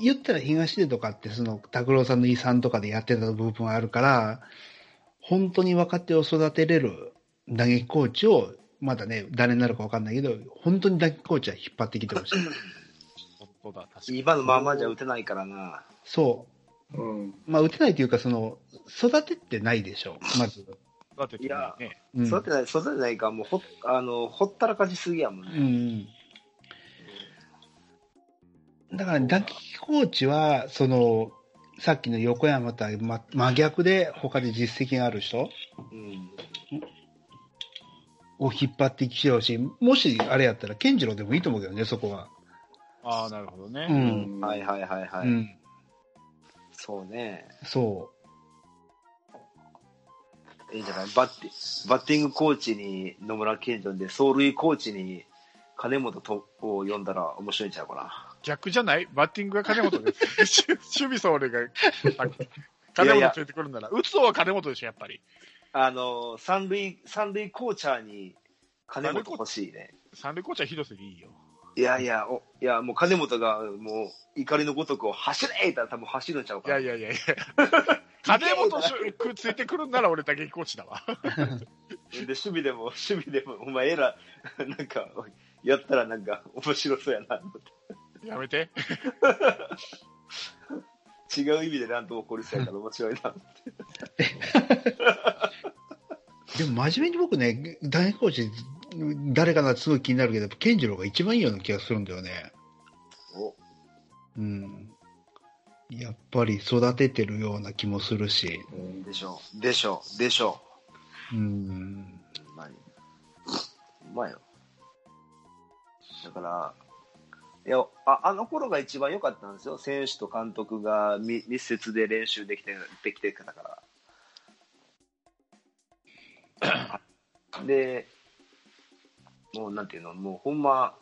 S3: 言ったら東出とかって、その、拓郎さんの遺産とかでやってた部分はあるから、本当に若手を育てれる打撃コーチを、まだね、誰になるか分かんないけど、本当に打撃コーチは引っ張ってきて
S1: <laughs>
S3: ほしい。
S1: 本当だ、確かに。
S2: 今のまんまじゃ打てないからな。
S3: そ
S4: うん。
S3: う。まあ、打てないというか、その、育ててないでしょ、まず。
S1: だってね、
S3: うん、
S2: 育てない、育てないから、もうほあのほったらかしすぎやもん
S3: う
S2: ね。
S3: んだから、打撃コーチは、その、さっきの横山とは真真逆で、他で実績がある人
S2: うん
S3: を引っ張ってきてほしい。もし、あれやったら、健次郎でもいいと思うけどね、そこは。
S1: ああ、なるほどね。
S3: う。
S4: うん
S2: はいはいはいは
S3: う
S2: い。
S3: ん。
S2: そうね。
S3: そ
S2: いいんじゃないバッテバッティングコーチに野村健人で、走塁コーチに金本とを呼んだら面白いんちゃうかな。
S1: 逆じゃないバッティングが金 <laughs> 本です。守備走塁が、
S2: い
S1: 金
S2: やい
S1: 本
S2: や
S1: 連れてくるなら、打つ方は金本でしょ、やっぱり。
S2: あの、三塁、三塁コーチャーに金本欲しいね。
S1: 三塁コーチは広瀬でいいよ。
S2: いやいや、おいや、もう金本がもう怒りのごとくを走れ言ったら多分走るんちゃう
S1: い
S2: か
S1: や
S2: な。
S1: いやいやいや。 <laughs> 金本しゅく連れてくるんなら俺打撃コーチだわ。
S2: で、守備でも、 <laughs> 守備でも、お前エラー、なんか、やったらなんか面白そうやな。
S1: やめて。
S2: 違う意味で乱闘起こりそうやから面白い <laughs> な。
S3: う。でも、真面目に僕ね、打撃コーチ、誰かなってすごい気になるけど、健次郎が一番いいような気がするんだよね。
S2: お
S3: うん。やっぱり育ててるような気もするし。
S4: うん
S2: でしょう。でしょう。でしょ
S3: うん。
S2: う。うまい。うまいよ。だから、いやああの頃が一番良かったんですよ、選手と監督がみ密接で練習できてできてた <clears throat> から。で、もうなんていうの、もうほんま、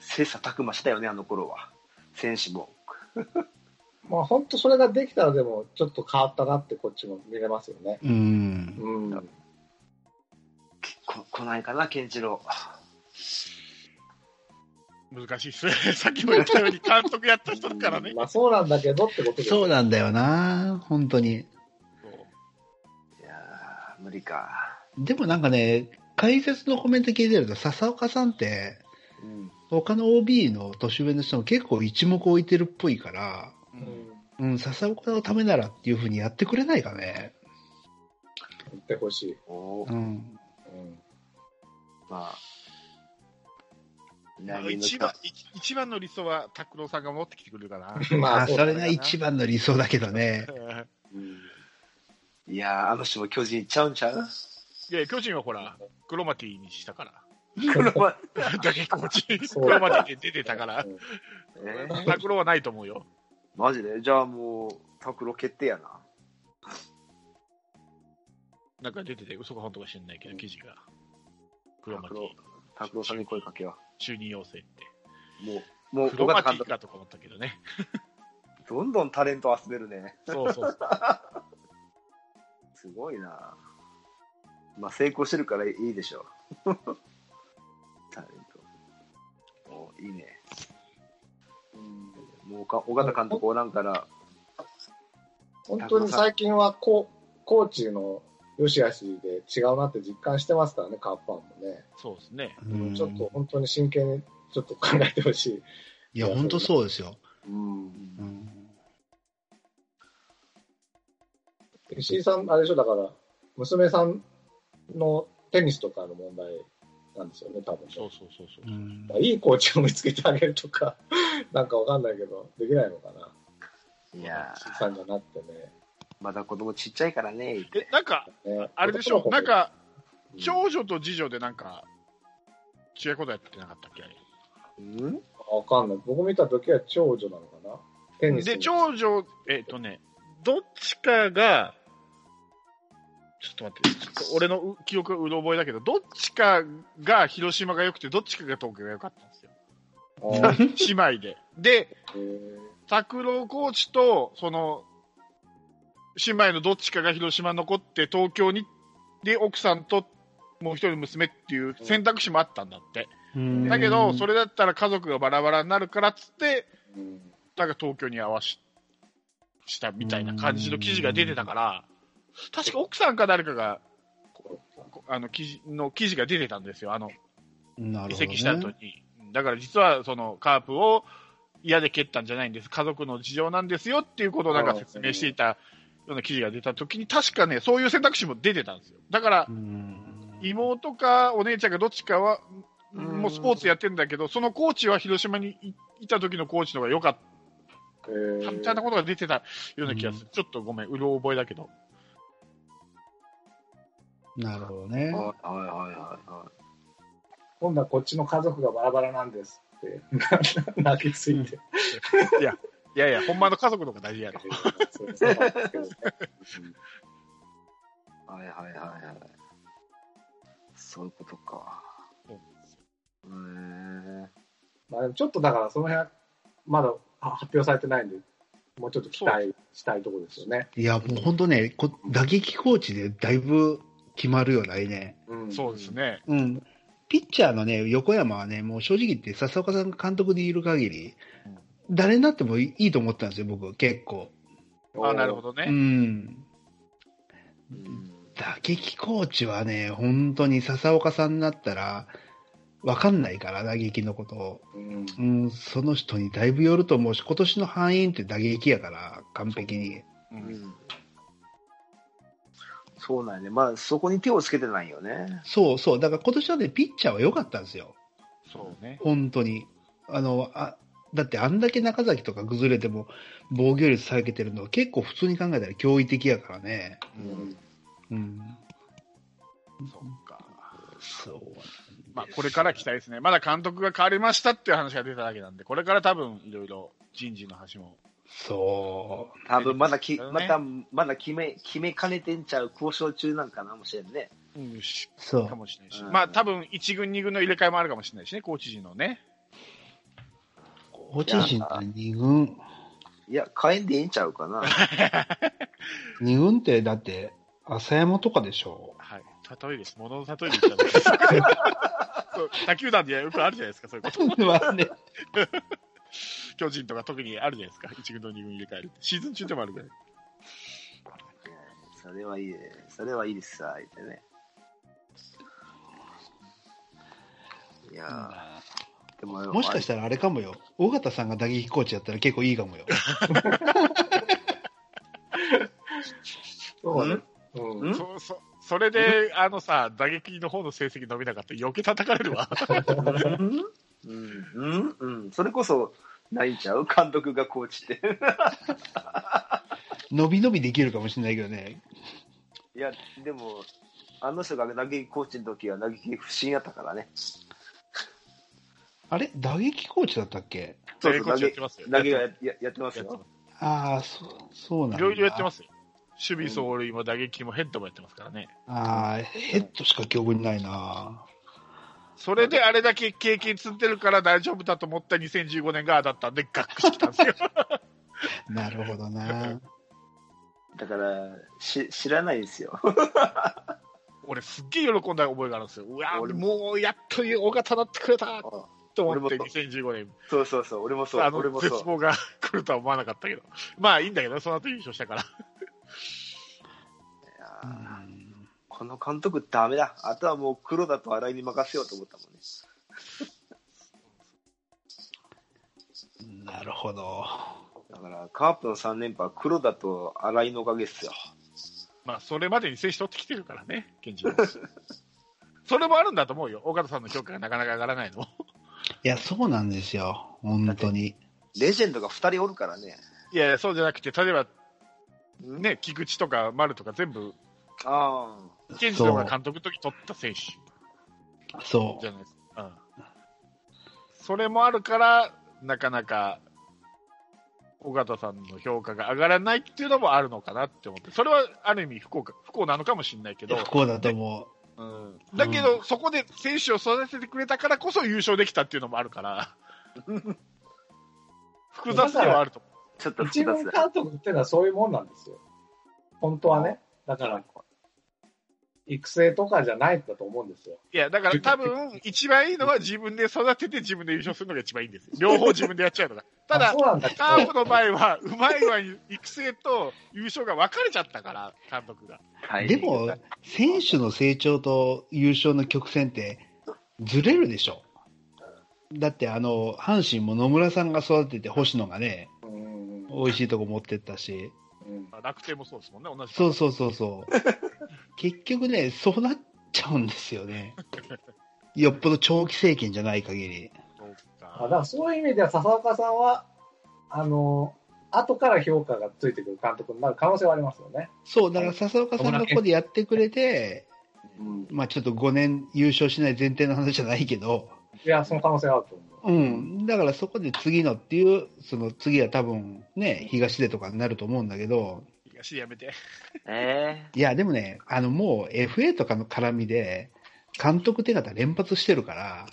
S2: 切磋琢磨したよね、あの頃は、選手も。
S4: まあ本当それができたらでもちょっと変わったなってこっちも見れますよね。
S3: うん。
S4: うん。
S2: こ来ないかな、健一郎。
S1: 難しいっす <laughs> ね。さっきも言ったように監督やった人だからね。
S4: まあそうなんだけどってことです
S3: そうなんだよな、本当に。
S2: いやー無理か。
S3: でもなんかね、解説のコメント聞いてると、笹岡さんって、
S2: うん、
S3: 他の OB の年上の人も結構一目置いてるっぽいから、
S1: う
S4: うん
S1: ん
S3: うん、笹岡のためならっていうふうにやってくれないかね。
S4: 言ってほしい。
S2: おー
S3: うん。
S4: うん。
S2: まあ。
S1: まあ
S2: 来年の
S1: 一番、一一番の理想は拓郎さんが持ってきてくれるかな。 <laughs>
S4: ま
S3: ま
S4: あ、
S3: あ、
S4: そう
S3: そ
S4: だ
S3: れ
S4: ね
S3: が一番の理想だけどね。
S4: うん
S2: いやーあの人も巨人行っちゃうんちゃう
S1: いや、巨人はほら、クロマティにしたから。 <laughs>
S2: 黒羽
S1: 打撃コーチ、
S4: そ
S1: ク
S4: う
S1: ロマティで出てたから
S4: う、ん
S2: えー
S1: 拓郎はないと思うよ。
S2: マジでじゃあもう、拓郎決定やな。
S1: なんか出てて、嘘か本当か知んないけど、記事が。クロマ
S2: 拓
S1: ティ
S2: 郎、拓郎さんに声かけよ
S1: 中任要請って。
S2: う。もう、もう、
S1: クロマ
S2: 岡
S1: ティ
S2: 田監督、
S1: かとか思ったけどね。
S2: どんどんタレント集めるね。
S1: そうそうそう。
S2: すごいな。まあ、成功してるからいいでしょう。 <laughs> タレント。おいいね。もうか、岡田監督おらんから、
S4: 本当に最近はココーチの良し悪しで違うなって実感してますからね、カープファンもね。
S1: そうですね。
S3: うん
S4: ちょっと本当に真剣にちょっと考えてほしい。
S3: いや、本当そうですよ。
S4: うん。
S3: うん
S4: 石井さん、あれでしょ、だから、娘さんのテニスとかの問題なんですよね、多分。
S1: そうそうそうそうう。
S3: ん
S4: だからいいコーチを見つけてあげるとか、 <laughs> なんかわかんないけど、できないのかな。
S2: いや
S4: 石井さんじゃなくてね。
S2: ーまだ子供ちっちゃいからね、言って
S1: え、なんか、
S4: ね
S1: あれでしょ、なん、か、
S4: うん
S1: 長女と次女でなんか、違うことやってなかったっけあれ
S2: うん
S4: わかんない。僕見た時は長女なのかな。テニスの
S1: で、長女、えっ、とね、どっちかが、ちょっと待って、ちょっと俺のう記憶がうろ覚えだけど、どっちかが広島が良くて、どっちかが東京が良かったんですよ。<laughs>
S4: あー
S1: 姉妹で。で、
S4: へー
S1: 拓郎コーチと、その、姉妹のどっちかが広島に残って、東京に、で、奥さんと、もう一人娘っていう選択肢もあったんだって。
S3: うん
S1: だけど、それだったら家族がバラバラになるからっつって、
S4: うん
S1: なんか東京に合わししたみたいな感じの記事が出てたから、確か奥さんか誰かが、こあの記事の記事が出てたんですよ、あの
S3: なる
S1: 移
S3: ほどね
S1: 籍した後に。だから実はそのカープを嫌で蹴ったんじゃないんです、家族の事情なんですよっていうことをなんか説明していたような記事が出たときに、確かね、そういう選択肢も出てたんですよ。だから
S3: うん
S1: 妹かお姉ちゃんかどっちかは、
S2: うん
S1: もうスポーツやってんだけど、そのコーチは広島にいいた時のコーチの方が良かった。
S4: えー
S1: みたいなことが出てたような気がする。ちょっとごめん、うろ覚えだけど。
S3: なるほどね。
S2: はいはいはいはいはい。
S4: 今度はこっちの家族がバラバラなんですって、 <laughs> 泣きついて。
S1: いやいや、ほんまの家族の方が大事やろ。
S4: <laughs> そうそうなんですけどね
S2: はいはいはいはい。そういうことか。
S1: そう
S2: へー
S4: まあでもちょっとだからその辺はまだあ発表されてないんで、もうちょっと期待したいところですよね。
S3: いや、もう本当ね、こ打撃コーチでだいぶ決まるよ、来年。
S4: うん
S1: そうですね。
S3: うん。ピッチャーのね、横山はね、もう正直言って、笹岡さんが監督でいる限り、誰になってもいいと思ってたんですよ、僕、結構。
S1: あなるほど
S3: う
S1: ね。
S3: ん。
S2: うん
S3: 打撃コーチはね、本当に笹岡さんになったら、わかんないから、打撃のことを。
S4: うん
S3: うん、その人にだいぶよると思うし、今年の範囲って打撃やから、完璧に。
S1: う
S2: うんんそうなんやね。まあ、そこに手をつけてないよね。
S3: そうそう、だから今年はね、ピッチャーは良かったんですよ。
S1: そうね。
S3: 本当に。あの、あ、だってあんだけ中崎とか崩れても防御率下げてるのは結構普通に考えたら驚異的やからね。
S1: うん
S3: うん。
S1: そっか。
S3: そう。
S1: まあ、これから期待ですね。まだ監督が変わりましたっていう話が出ただけなんで、これから多分いろいろ人事の話も。
S3: そ
S2: 多分まだき、
S1: そうね
S2: また、まだ決め、決めかねてんちゃう交渉中なんかなもしれんね。
S1: うん、し
S3: う。そ
S1: か
S3: う。
S1: もしれないし。
S2: うん
S1: まあ、多分1軍2軍の入れ替えもあるかもしれないしね、コーチ陣のね。
S3: コーチ陣って二軍。
S2: いや、変えんでいいんちゃうかな。
S3: 二軍ってだって、浅山とかでしょ。 <laughs>
S1: はい。例えです。物の例えで言っただけですそう他球団でよくあるじゃないですか、そういうこと。
S3: まあね。
S1: 巨人とか特にあるじゃないですか、1軍と2軍入れ替えるって。シーズン中でもあるぐらい。
S2: それはいいね、それはいいですさ、言ってね。いやーでも、
S3: もしかしたらあれかもよ。尾形さんが打撃コーチやったら結構いいかもよ。
S4: そうね。うん
S2: ん
S1: そそそれで、あのさ、打撃の方の成績伸びなかったら余計叩かれるわ。
S2: うん、うん、うん、うんそれこそ、ないんちゃう監督がコーチって。 <laughs>
S3: 伸び伸びできるかもしれないけどね。
S2: いや、でも、あの人が打撃コーチの時は打撃不振やったからね。
S3: あれ打撃コーチだったっけ
S1: そう
S2: そうそう
S1: コーチやってますよ。
S2: 投げは
S1: や
S2: や
S1: って
S2: ややってま
S1: ます
S2: す
S1: やって
S2: よ
S1: ま。
S3: ああ、そう、そうな
S1: す。
S3: んだ。
S1: いろいろやってますよ。守備走塁も打撃もヘッドもやってますからね。
S3: ああ、ヘッドしか記憶にないな。
S1: それであれだけ経験積んでるから大丈夫だと思った2015年がああだったんで、ガックしてきたんですよ。
S3: なるほ
S1: <laughs>
S3: どな。
S2: だから、し知らないですよ。
S1: 俺すっげえ喜んだ覚えがあるんですよ。うわ
S2: 俺
S1: もうやっと大型なってくれたと思って
S2: 俺も
S1: 2015年、
S2: そうそうそう、俺もそう
S1: あ、の
S2: 俺も
S1: 絶
S2: そう。
S1: 望が来るとは思わなかったけど。 <laughs> まあいいんだけどね、その後優勝したから。 <laughs>
S2: いや
S3: う
S2: ー
S3: ん
S2: この監督ダメだ。あとはもう黒田と新井に任せようと思ったもんね。
S3: なるほど。
S2: だから、カープの3連覇は黒田と新井のおかげっすよ。
S1: まあそれまでに選手取ってきてるからね、現
S2: <laughs>
S1: 地それもあるんだと思うよ。岡田さんの評価がなかなか上がらないの。
S3: いや、そうなんですよ。本当に。
S2: レジェンドが2人おるからね。
S1: いやいや、そうじゃなくて、例えば、ね、菊池とか丸とか全部、
S2: ああ。
S1: 現地の方が監督の時取った選手。
S3: そ
S1: じゃないですか。うん。それもあるから、なかなか、尾形さんの評価が上がらないっていうのもあるのかなって思って、それはある意味不幸か不幸なのかもしれないけ
S3: う。
S1: ど、
S3: 不幸だと思う。
S1: うん、だけど、そこで選手を育ててくれたからこそ優勝できたっていうのもある <laughs> から、複雑ではあると思
S2: ちょっと複
S4: 一軍
S2: 雑だ。
S4: 監督ってのはそういうもんなんですよ。本当はね。だから、育成とかじゃないんだと思うんですよ。
S1: う。いや、だから多 <laughs> 分、一番いいのは自分で育てて自分で優勝するのが一番いいんですよ。両方自分でやっちゃうのが。た
S4: あ
S1: だ
S4: そ、うなんだけど
S1: カープの場合は、うまいわに育成と優勝が分かれちゃったから、監督が。
S2: はい
S3: でも、選手の成長と優勝の曲線ってずれるでしょ。だって、あの、阪神も野村さんが育てて星野がね、
S4: うん
S3: 美味しいとこ持ってったし、
S4: うん
S1: 楽天もそうですもんね、同じ。
S3: そうそうそうそう。結局ね、そうなっちゃうんですよね。よっぽど長期政権じゃない限り。
S1: そう
S4: あだ
S1: か。
S4: からそういう意味では笹岡さんは、あの、後から評価がついてくる監督になる可能性はありますよね。
S3: そう、だから笹岡さんがここでやってくれて、
S4: うん、
S3: まあちょっと5年優勝しない前提の話じゃないけど、
S4: いや、その可能性はあると思う。
S3: うん、だからそこで次のっていう、その次は多分ね、東出とかになると思うんだけど、
S1: 東やめて。
S2: え
S3: いや、でもね、あのもう FA とかの絡みで、監督手形連発してるから、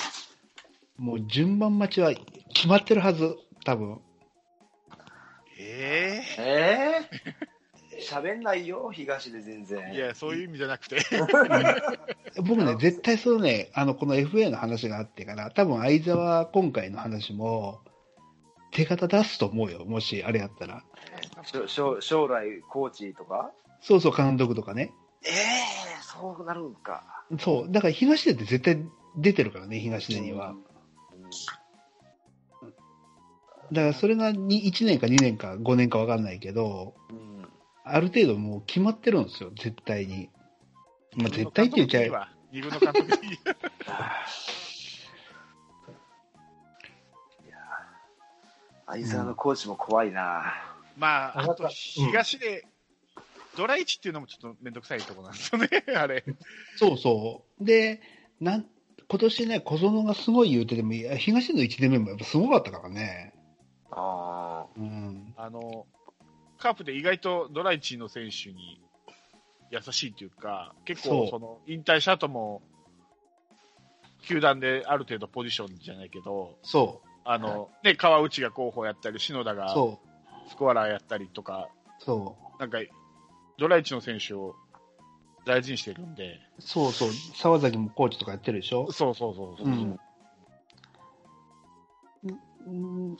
S3: もう順番待ちは決まってるはず、多分
S1: え
S2: ー、えー、喋んないよ、東で全然。
S1: えいや、そういう意味じゃなくて。
S3: 僕
S2: なる
S3: ね
S2: ほ、ど
S3: 絶対そのね、あの、この FA の話があってから、多分相沢今回の話も、手形出すと思うよ、もしあれやったら。
S2: しょしょ将来、コーチとか
S3: そうそう、監督とかね。
S2: ええそうなるんか。
S3: そう、だから東出って絶対出てるからね、東出には。だからそれがに1年か2年か5年か分かんないけど、
S2: うん。
S3: ある程度もう決まってるんですよ、絶対に。まあ、絶対って言っちゃえば。
S1: 二軍の監督に。
S2: 相沢のコーチも怖いな。
S1: まあ、
S4: あな
S1: あ
S4: んか
S1: と、東で、ドライ <laughs> チっていうのもちょっとめんどくさいとこなんですよね、あれ。
S3: そうそう。で、なん、今年ね、小園がすごい言うてても、いや東の1年目もやっぱすごかったからね。
S2: あ
S3: うん。
S1: あの、カープで意外とドライチーの選手に優しいというか、結構
S3: そ
S1: そうの引退した後も、球団である程度ポジションじゃないけど、
S3: そ
S1: あの、ね、川内が候補やったり、篠田
S3: う、
S1: が
S3: そ
S1: スコアラーやったりとか、
S3: う、そ
S1: なんか、ドライチの選手を大事にしてるんで、
S3: う、そうそう、沢崎もコーチとかやってるでしょ。
S1: そうそうそうそう、
S3: うんうん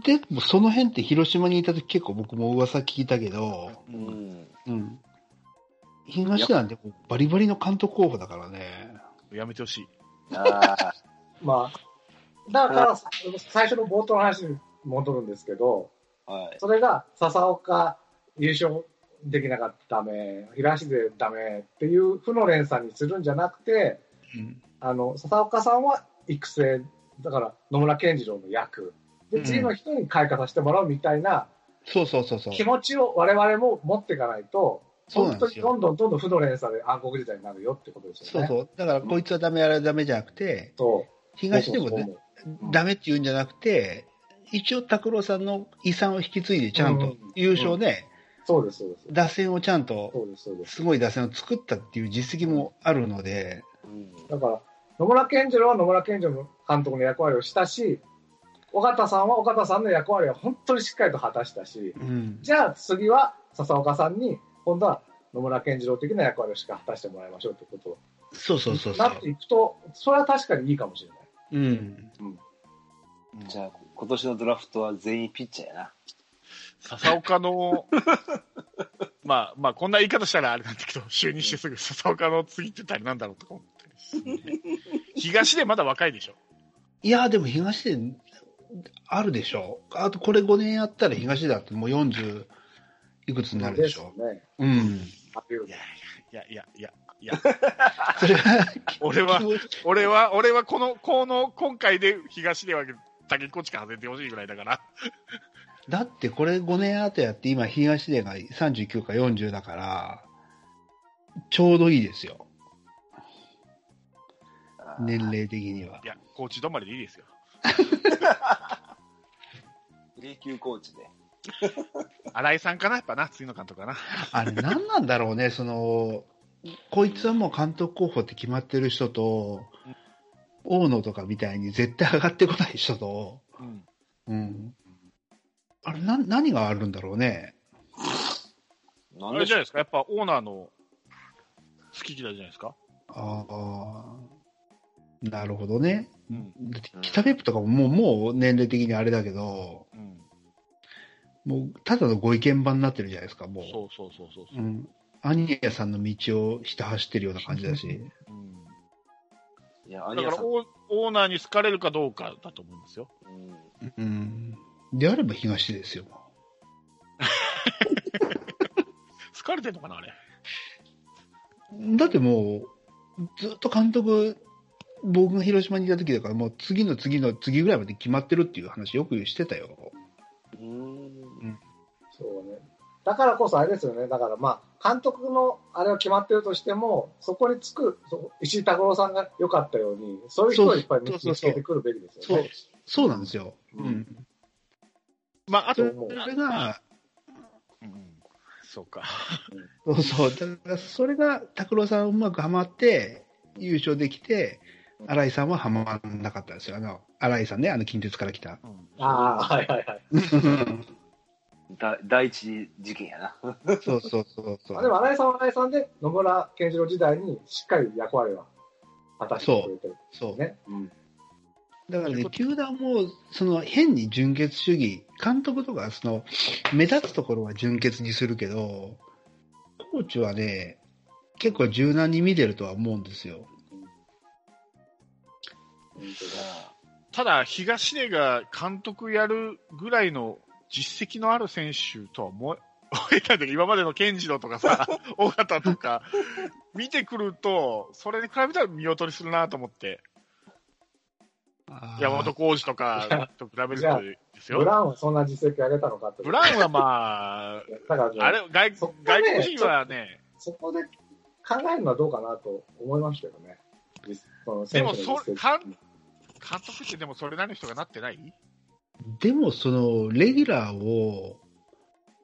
S3: でもその辺って広島にいた時結構僕も噂聞いたけど、
S2: ーうん。
S3: うん。東なんてもうバリバリの監督候補だからね。
S1: やめてほしい。
S2: ああ。
S4: まあ、だから、最初の冒頭の話に戻るんですけど、
S2: はい。
S4: それが笹岡優勝できなかったダメ、平足でダメっていう負の連鎖にするんじゃなくて、
S3: うん。
S4: あの、笹岡さんは育成、だから野村健次郎の役、で、次の人に開花させてもらうみたいな
S3: そうそうそうそう。
S4: 気持ちを我々も持っていかないと、
S3: そうなんで
S4: 本当に
S3: す
S4: ど
S3: よ。
S4: んどんどんどん負の連鎖で暗黒時代になるよってことです
S3: そ
S4: よ
S3: う
S4: ね。
S3: そう。だからこいつはダメ、あれはダメじゃなくて、
S4: そう
S3: 東でも
S4: そう
S3: ね
S4: そう、
S2: うん
S3: ダメって言うんじゃなくて、一応拓郎さんの遺産を引き継いでちゃん
S4: う
S3: と
S4: ん
S3: 優勝ね、
S4: そうです、そうです。
S3: 打線をちゃん
S4: そ
S3: と、
S4: うです、そうです。
S3: すごい打線を作ったっていう実績もあるので、
S2: うん。
S4: だから、野村健次郎は野村健次郎の監督の役割をしたし、尾形さんは尾形さんの役割を本当にしっかりと果たしたし、
S3: うん。
S4: じゃあ次は笹岡さんに、今度は野村健次郎的な役割をしっかり果たしてもらいましょうってこと
S3: そうそうそう
S4: に
S3: そ
S4: なっ
S3: う
S4: て。いくと、それは確かにいいかもしれない。
S3: うん。
S2: じゃあ、今年のドラフトは全員ピッチャーやな。
S1: 笹岡の、 <laughs> まあまあこんな言い方したらあれなんだけど、就任してすぐ笹岡の次って誰なんだろうとか思ったりするんで東でまだ若いでしょ。
S3: いや、でも東で、あるでしょ。あとこれ5年やったら東だってもう40いくつになるでしょ。
S4: すね。
S3: うん。
S4: あるよ
S1: い
S4: ね
S1: やいやいやいやいや、
S3: それは、
S1: 俺は、俺は、俺はこの、この、今回で東では竹っ子しか外れてほしいぐらいだから。
S3: だってこれ5年後やって今東出が39か40だから、ちょうどいいですよ。年齢的には。
S1: いや、コーチ止まりでいいですよ。
S2: 霊級コーチで。
S1: 新井さんかなやっぱな、次の監督かな。
S3: あれ何なんだろうね、そ <laughs> の、こいつはもう監督候補って決まってる人と、大野とかみたいに絶対上がってこない人と、
S1: うん。
S3: うん。あれ、な、何があるんだろうね。
S2: な
S1: あ
S2: ん
S1: れ
S2: で
S1: じ
S2: し
S1: ゃ
S2: ょ
S1: ないですか、やっぱオーナーの好き嫌いじゃないですか。
S3: ああ。なるほどね。
S1: うん。
S3: だって北別府とかももう、もう年齢的にあれだけど、
S1: うん。
S3: もう、ただのご意見番になってるじゃないですか、もう。
S1: そうそうそうそう
S3: う。ん。アニヤさんの道をひた走ってるような感じだし。
S1: うん
S2: いや、ア
S1: だか
S2: ニヤ
S1: ら
S2: さん。
S1: オーオーナーに好かれるかどうかだと思うんですよ。
S2: うん
S3: うん。であれば東ですよ。
S1: 好かれてんのかな、あれ。
S3: だってもう、ずっと監督、僕が広島にいた時だから、もう次の次の次ぐらいまで決まってるっていう話よくしてたよ。
S2: うん。
S4: そうね。だからこそあれですよね。だからまあ、監督のあれは決まってるとしても、そこにつく、そ石井拓郎さんが良かったように、そういう人をいっぱい見
S3: そうそうそう
S4: 見つけてくるべきですよね。
S3: そうなんですよ。
S2: うん
S3: うん。
S1: まあ、あと、
S4: そう思う
S3: それが、
S1: うんそうか。
S3: そうそう。だからそれが、拓郎さんうまくハマって、優勝できて、新井さんはハマんなかったんですよ。あの、新井さんね、あの、近鉄から来
S4: <laughs>
S3: た。
S1: うん
S4: ああ、はいはいはい。
S2: だ第一事件やな。 <laughs>
S3: そうそうそうそう。
S4: あでも新井さんは新井さんで野村健次郎時代にしっかり役割は果たしてくれてる。
S3: そう。
S4: ね
S2: うん
S3: だか
S1: そう
S3: ら
S1: いう
S3: ね、
S1: こと
S3: 球団も、その変に純潔主義、監督とか、その、目立つところは純潔にするけど、コーチはね、結構柔軟に見てるとは思うんですよ。
S1: ただ、東出が監督やるぐらいの実績のある選手とは思え、思えたんだけど、今までの健次郎とか
S4: <laughs>
S1: さ、尾形とか、見てくると、それに比べたら見劣りするなと思って、
S3: 山
S1: 山本浩二とかと比べるとです
S4: ブ
S1: よ。
S4: ラウンはそんな実績上げたのかって。
S1: ブラウンはま
S4: だから、
S1: あ、あれ、外
S4: そこね
S1: 外国人はね、
S4: そこで考えるのはどうかなと思いますけどね。その
S1: で
S4: 選
S1: も
S4: 手の
S1: そ
S4: 実績
S1: 監、監督ってでもそれなりの人がなってない
S3: でも、その、レギュラーを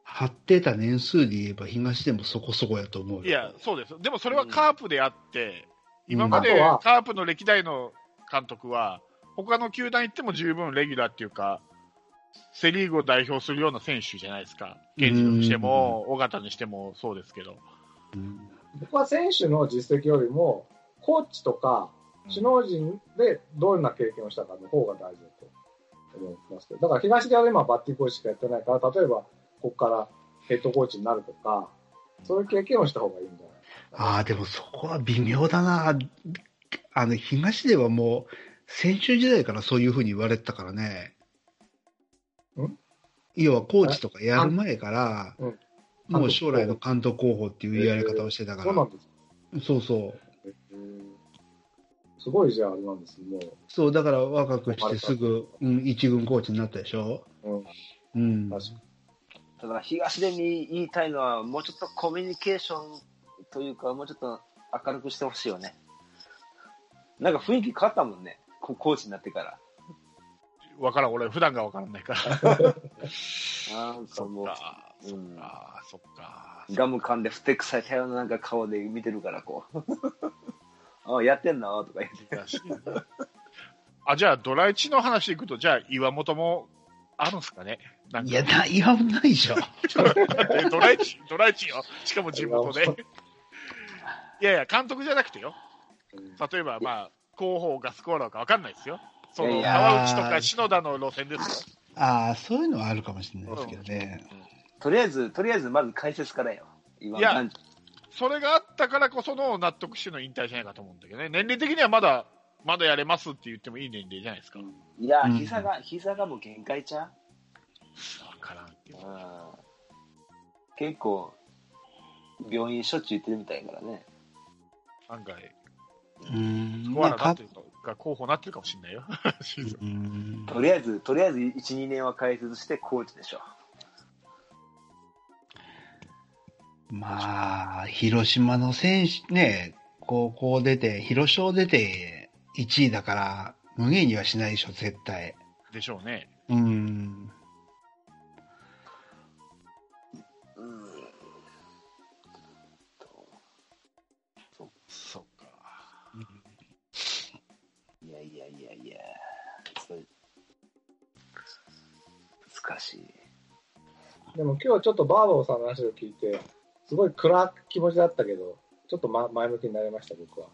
S3: 張ってた年数で言えば、東でもそこそこやと思うよ
S1: いや、そうです。でもそれはカープであって、
S3: うん
S1: 今まで
S4: あとは
S1: カープの歴代の監督は、他の球団行っても十分レギュラーっていうか、セ・リーグを代表するような選手じゃないですか。源氏にしても、尾形にしてもそうですけど。
S3: うん
S4: 僕は選手の実績よりも、コーチとか、首脳陣でどんな経験をしたかの方が大事だと思いますけど、だから東では今バッティングコーチしかやってないから、例えばここからヘッドコーチになるとか、そういう経験をした方がいいんじゃない
S3: ああ、でもそこは微妙だな。あの、東ではもう、先週時代からそういうふうに言われてたからね。
S4: ん
S3: 要はコーチとかやる前から
S4: うん、
S3: もう将来の監督候補っていうやり方をしてたか
S4: そうな
S3: ら
S4: ん。です。
S3: そうそう。
S4: すごいじゃあ、あれなんです、も
S3: そう、だから若くしてすぐ、うん、一軍コーチになったでしょ
S4: う。うん、
S3: うん。
S4: 確か
S2: だから東出に言いたいのは、もうちょっとコミュニケーションというか、もうちょっと明るくしてほしいよね。なんか雰囲気変わったもんね。こコーチになってから。
S1: わからん、俺、普段がわからないから。
S2: なんか
S1: そ
S2: も
S1: っ
S2: う、
S1: か、
S2: う
S1: そっ
S2: ん
S1: か、そっか。
S2: ガム噛んでふてくされたようななんか顔で見てるから、こう。 <laughs> あやってんなとか言って。
S1: 難しいなあ、じゃあ、ドラ1の話でいくと、じゃあ、岩本もあるんすかねなんか
S3: いや、な、いや、ないでしょ。
S1: えドライチ、ドライチよ。しかも地元で。いやいや、監督じゃなくてよ。例えば、まあ、広報かスコアラーかわかんないですよ。そ
S2: い
S1: の、
S2: や
S1: 川内とか篠田の路線ですよ。
S3: ああ、そういうのはあるかもしれないですけどね。
S2: とりあえず、とりあえずまず解説からよ。今、
S1: いや
S2: なん
S1: それがあったからこその納得しての引退じゃないかと思うんだけどね。年齢的にはまだ、まだやれますって言ってもいい年齢じゃないですか。わ
S2: いや、
S3: うん
S2: 膝が、膝がもう限界ちゃ
S1: からんけ
S2: う、
S1: ど
S2: うん、結構、病院しょっちゅう行ってるみたいだからね。
S1: 案外、
S3: うん。
S1: スコアラーな
S3: か
S1: ってるとか、候補なってるかもしれないよ。 <laughs> シーズン
S3: うん
S2: とりあえず、とりあえず1、2年は解説してコーチでしょ。
S3: まあ、広島の選手、ね、高校出て、広島出て1位だから、無限にはしないでしょ、絶対。
S1: でしょうね。
S3: うん。
S2: うん。
S1: そっか。
S2: いやいやいやいや、それ難しい。
S4: に。でも今日ちょっとバーボーさんの話を聞いて、すごい暗く気持ちだったけど、ちょっと、ま、前向きになりました、 <laughs> 僕は。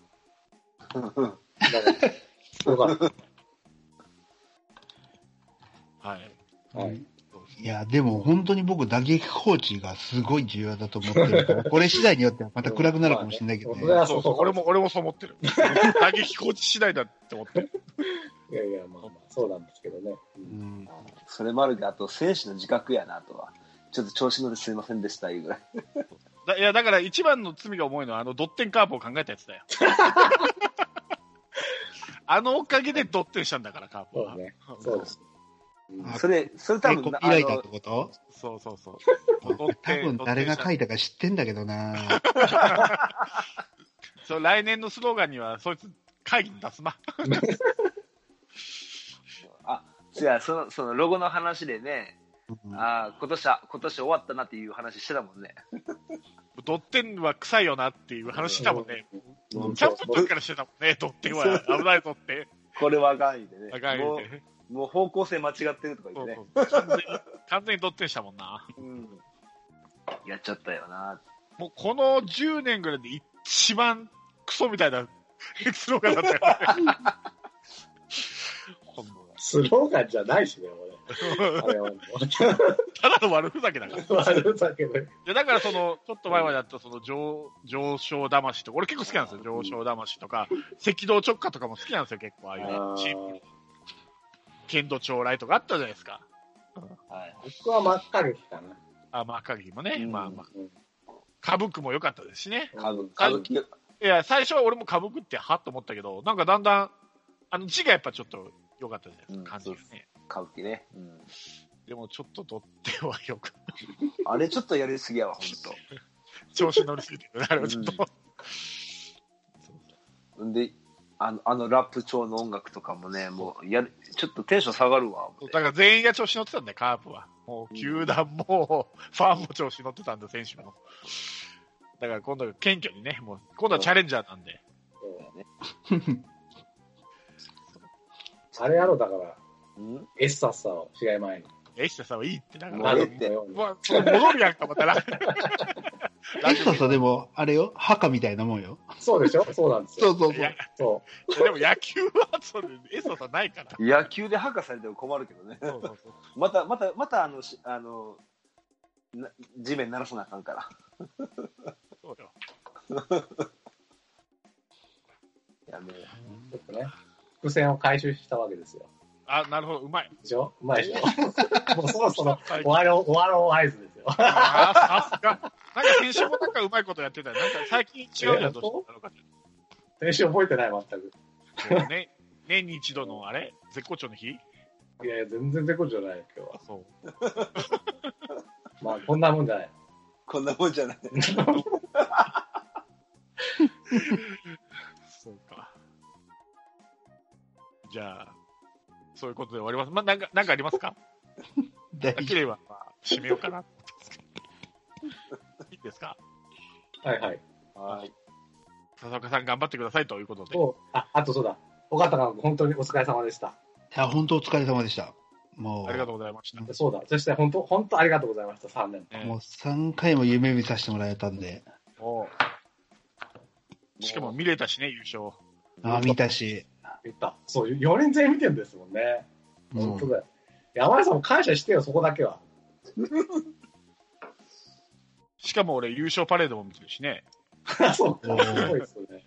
S4: なんかよか <laughs> った。
S1: はい。
S4: はい。
S3: いや、でも本当に僕、打撃コーチがすごい重要だと思ってるから、これ次第によってはまた暗くなるかもしれないけど
S4: まあね
S3: ね。
S4: あ
S1: そ
S4: そう
S1: そ
S4: うそうう、
S1: 俺も、俺もそう思ってる。打撃コーチ次第だって思ってる。
S4: いやいや、まあまあ、そうなんですけどね。
S3: うん
S2: それもあるけど、あと選手の自覚やなとは。ちょっと調子乗ってすいませんでした、いうぐらい。
S1: だいや、だから一番の罪が重いのは、あの、ドッテンカープを考えたやつ
S4: <laughs>
S1: だよ。あのおかげでドッテンしたんだから、カープ
S4: そう
S1: は。
S4: ね。そうです。
S3: あ
S2: それ、それ多
S3: え
S2: 分
S3: コピ
S2: な
S3: ーライターってこと
S1: そうそうそう。
S3: 多分誰が書
S1: い
S3: いたか知ってんだけどな。
S1: そう、来年のスローガンには、そいつ、会議に出すな。
S2: あじゃあその、そのロゴの話でね、あー今年は、今年終わったなっていう話してたもんね。
S1: ドッテンは臭いよなっていう話したもんね。キ
S4: うん
S1: ャンプの時からしてたもんね、ドッテンは危ないぞって。
S2: これはあかん言うてね。
S1: あかん言
S2: も
S1: うて
S2: う、もう方向性間違ってるとか言
S1: そう
S2: ってね
S1: そ。う完全に完全にドッテンしたもんな。
S2: うんやっちゃったよな。
S1: もうこの10年ぐらいで一番クソみたいなスローガンだったよね。
S4: <laughs>
S1: ほんま
S4: スローガンじゃないしね、俺。あれはもう。
S1: ただの悪ふざけだから。い
S4: 悪だけど。
S1: やだからその、ちょっと前まであったその上、上昇魂とか、俺結構好きなんですよ。上昇魂とか、赤道直下とかも好きなんですよ、結構。ああいうね
S4: あー
S1: チーム。剣道将来とかあったじゃないですか。
S2: はい。
S4: 僕は真っ赤劇かな。
S1: あ、まあ、赤城もね。
S2: うん
S1: まあまあ。
S4: うん
S1: 歌舞伎も良かったですしね。
S2: 歌舞歌舞伎よ、
S1: いや、最初は俺も歌舞伎ってはっと思ったけど、なんかだんだん、あの字がやっぱちょっと良かったじゃないです
S2: うん
S1: か、感じがね。
S2: 歌舞伎ね。 <laughs> うん
S1: でもちょっと取ってはよく、
S2: あれちょっとやりすぎやわ、ほん
S1: 調子乗りすぎてるね、あれはちょっと。
S2: と。んで、あの、あのラップ調の音楽とかもね、もう、やる、ちょっとテンション下がるわ。思って
S1: だから全員が調子乗ってたんだよ、カープは。もう、球団も、ファンも調子乗ってたんだ、選手も。だから今度、謙虚にね、もう、今度はチャレンジャーなんで。
S4: あれやろ、だから、
S2: うん
S4: エッサッサを試合前に。
S1: エシタさんはいいって、だか
S2: もう
S1: ら、
S2: ええ
S1: も
S2: って
S1: うもう戻るやんか、またララ
S3: エ
S1: グ
S3: ッサ
S1: ビ
S3: さ、でも、あれよ、墓みたいなもんよ。
S4: そうでしょそうなんです
S3: そ
S4: よ。
S3: うそう
S1: ー。
S3: そ
S1: いや
S3: う。、
S4: そ
S1: でも野球は、それ、エソさんないから。
S2: 野球で破壊されても困るけどね。
S1: そうそうそう。
S2: また、また、また、あの、しあの、な地面鳴らさなあかんから。
S1: そうよ。
S2: いや、もう
S4: う。ちょっとね、伏線を回収したわけですよ。
S1: あ、なるほど、うまい。
S4: でしょうまいでしょもうそろそろ終わろう、終わろう合図ですよ。
S1: あーさすが。なんか先週もなんかうまいことやってたよなんか最近違う
S4: え
S1: や
S4: ー
S1: ん、どうしたのか。
S4: 練習覚えてない、全く。
S1: もうね、年に一度のあれ絶好調の日
S4: いやいや、全然絶好調じゃない、今日は。
S1: そう。
S4: まあ、こんなもんじゃない。
S2: こんなもんじゃない。
S1: そうか。じゃあ、そういうことで終わります。まあ、なんか、なんかあります
S3: <laughs>
S1: か
S3: 大
S1: なければ、まあ、締めようか
S3: <laughs>
S1: な。いいですか
S4: はいはい。
S2: はい。
S1: 笹岡さん頑張ってくださいということで。
S4: そうあ、あとそうだ。尾形が本当にお疲れ様でした。
S3: いや、本当お疲れ様でした。もう、
S1: ありがとうございました。
S4: そうだ。そして本当、本当ありがとうございました、3年。
S1: ね
S3: もう3回も夢見させてもらえたんで、
S1: おうしかも見れたしね、優勝。
S3: ああ、見たし、
S4: 言った。そう、4人全員見てるんですもんね。
S3: うん
S4: 本当だよ。山井さんも感謝してよ、そこだけは。 <laughs>
S1: しかも俺、優勝パレードも見てるしね。
S4: そう
S3: お
S4: か。
S3: ー
S4: すごいですよね。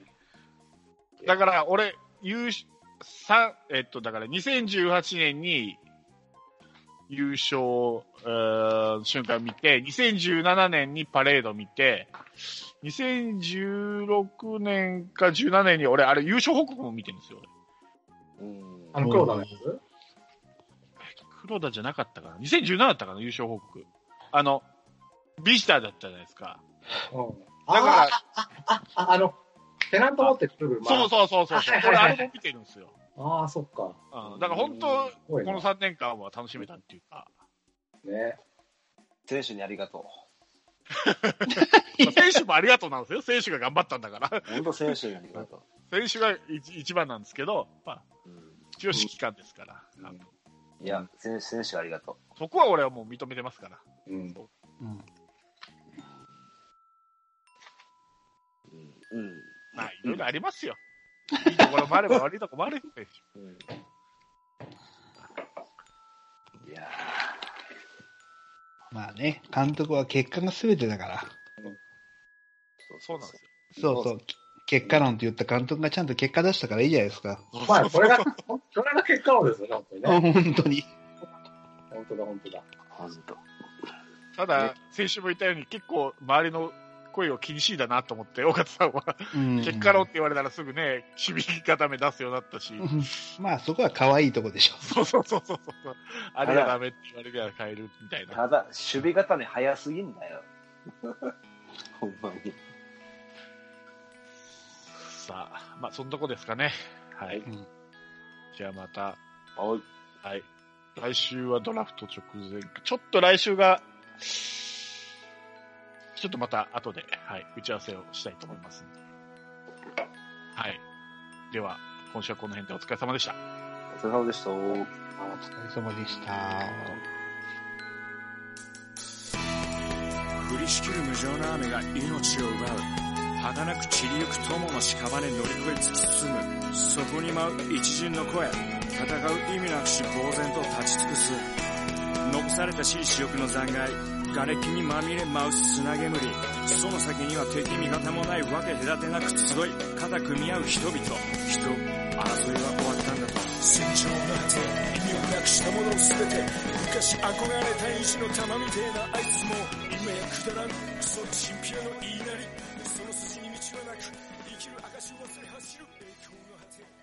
S1: だから俺、優勝、さえっと、だから2018年に優勝、えー瞬間見て、2017年にパレード見て、2016年か17年に俺、あれ優勝報告も見てるんですよ。俺
S2: うん
S4: あの、黒田のやつ
S1: 黒田じゃなかったかな。2017だったかな、優勝報告。あの、ビジターだったじゃないですか。
S4: うん。
S1: だから、
S4: あ、あの、ペナント持ってくる車。
S1: そうそうそうそうそう。
S4: あはい
S1: 俺、
S4: はい
S1: あ
S4: はい
S1: れも見てるんですよ。
S4: ああ、そっか。
S1: うんだから本当、
S4: すごい
S1: こ
S4: な
S1: の3年間は楽しめたっていうか。
S4: ね。
S2: 選手にありがと
S1: まあ選手もありがとうなんですよ。選手が頑張ったんだから。
S2: う。本当選手にありがと
S1: 選手が一一番なんですけど、まあ、
S2: う。うん
S1: 一応指揮官ですから、あの
S2: いや、選手、選手ありがと
S1: そこは俺はもう認めてますから。
S4: うん。
S3: うん
S2: う。うん。うん
S1: まあ、いろいろありますよ。いいところもあ
S3: <laughs>
S1: れば悪いところもあるんで。
S2: いや
S3: まあね、監督は結果が全てだから。
S2: ー
S1: そうなんですよ。
S3: そうそう、結果なんて言った監督がちゃんと結果出したからいいじゃないですか。
S4: まあ、これが、これが結果論ですよね、本当に
S3: あ
S4: ね。
S3: 本当に。
S4: 本当だ、本当だ。
S2: ほんと。
S1: ただ、先週も言ったように、結構周りの声を気にしいだなと思って、岡田さんは、
S3: うん
S1: 結果論って言われたらすぐね、守備固め出すようになったし
S3: う、んまあそこは可愛いとこでしょ。
S1: そうそうそうそうそう、あれがダメって言われるから変えるみたいな。
S2: ただ、守備固め早すぎんだよ。 <laughs> ほんまに。
S1: さあ、まあ、そんなとこですかね。はい。
S3: うん
S1: じゃあまた。
S2: はい。
S1: はい。来週はドラフト直前。ちょっと来週が、ちょっとまた後で、はい、打ち合わせをしたいと思いますので。はい。では、今週はこの辺でお疲れ様でした。
S2: お疲れ様でした。
S3: お疲れ様でした。
S5: 降りしきる無情な雨が命を奪う儚く散りゆく友の屍乗り越え突き進むそこに舞う一陣の声戦う意味なくし呆然と立ち尽くす残された私利私欲の残骸瓦礫にまみれ舞う砂煙その先には敵味方もないわけ隔てなく集い肩組み合う人々人争いは終わったんだと戦場の果て意味をなくしたものを全て昔憧れた意地の玉みてえなあいつも今やくだらんクソチンピラの言いなりその筋に道はなく生きる証を忘れ走る栄光の果て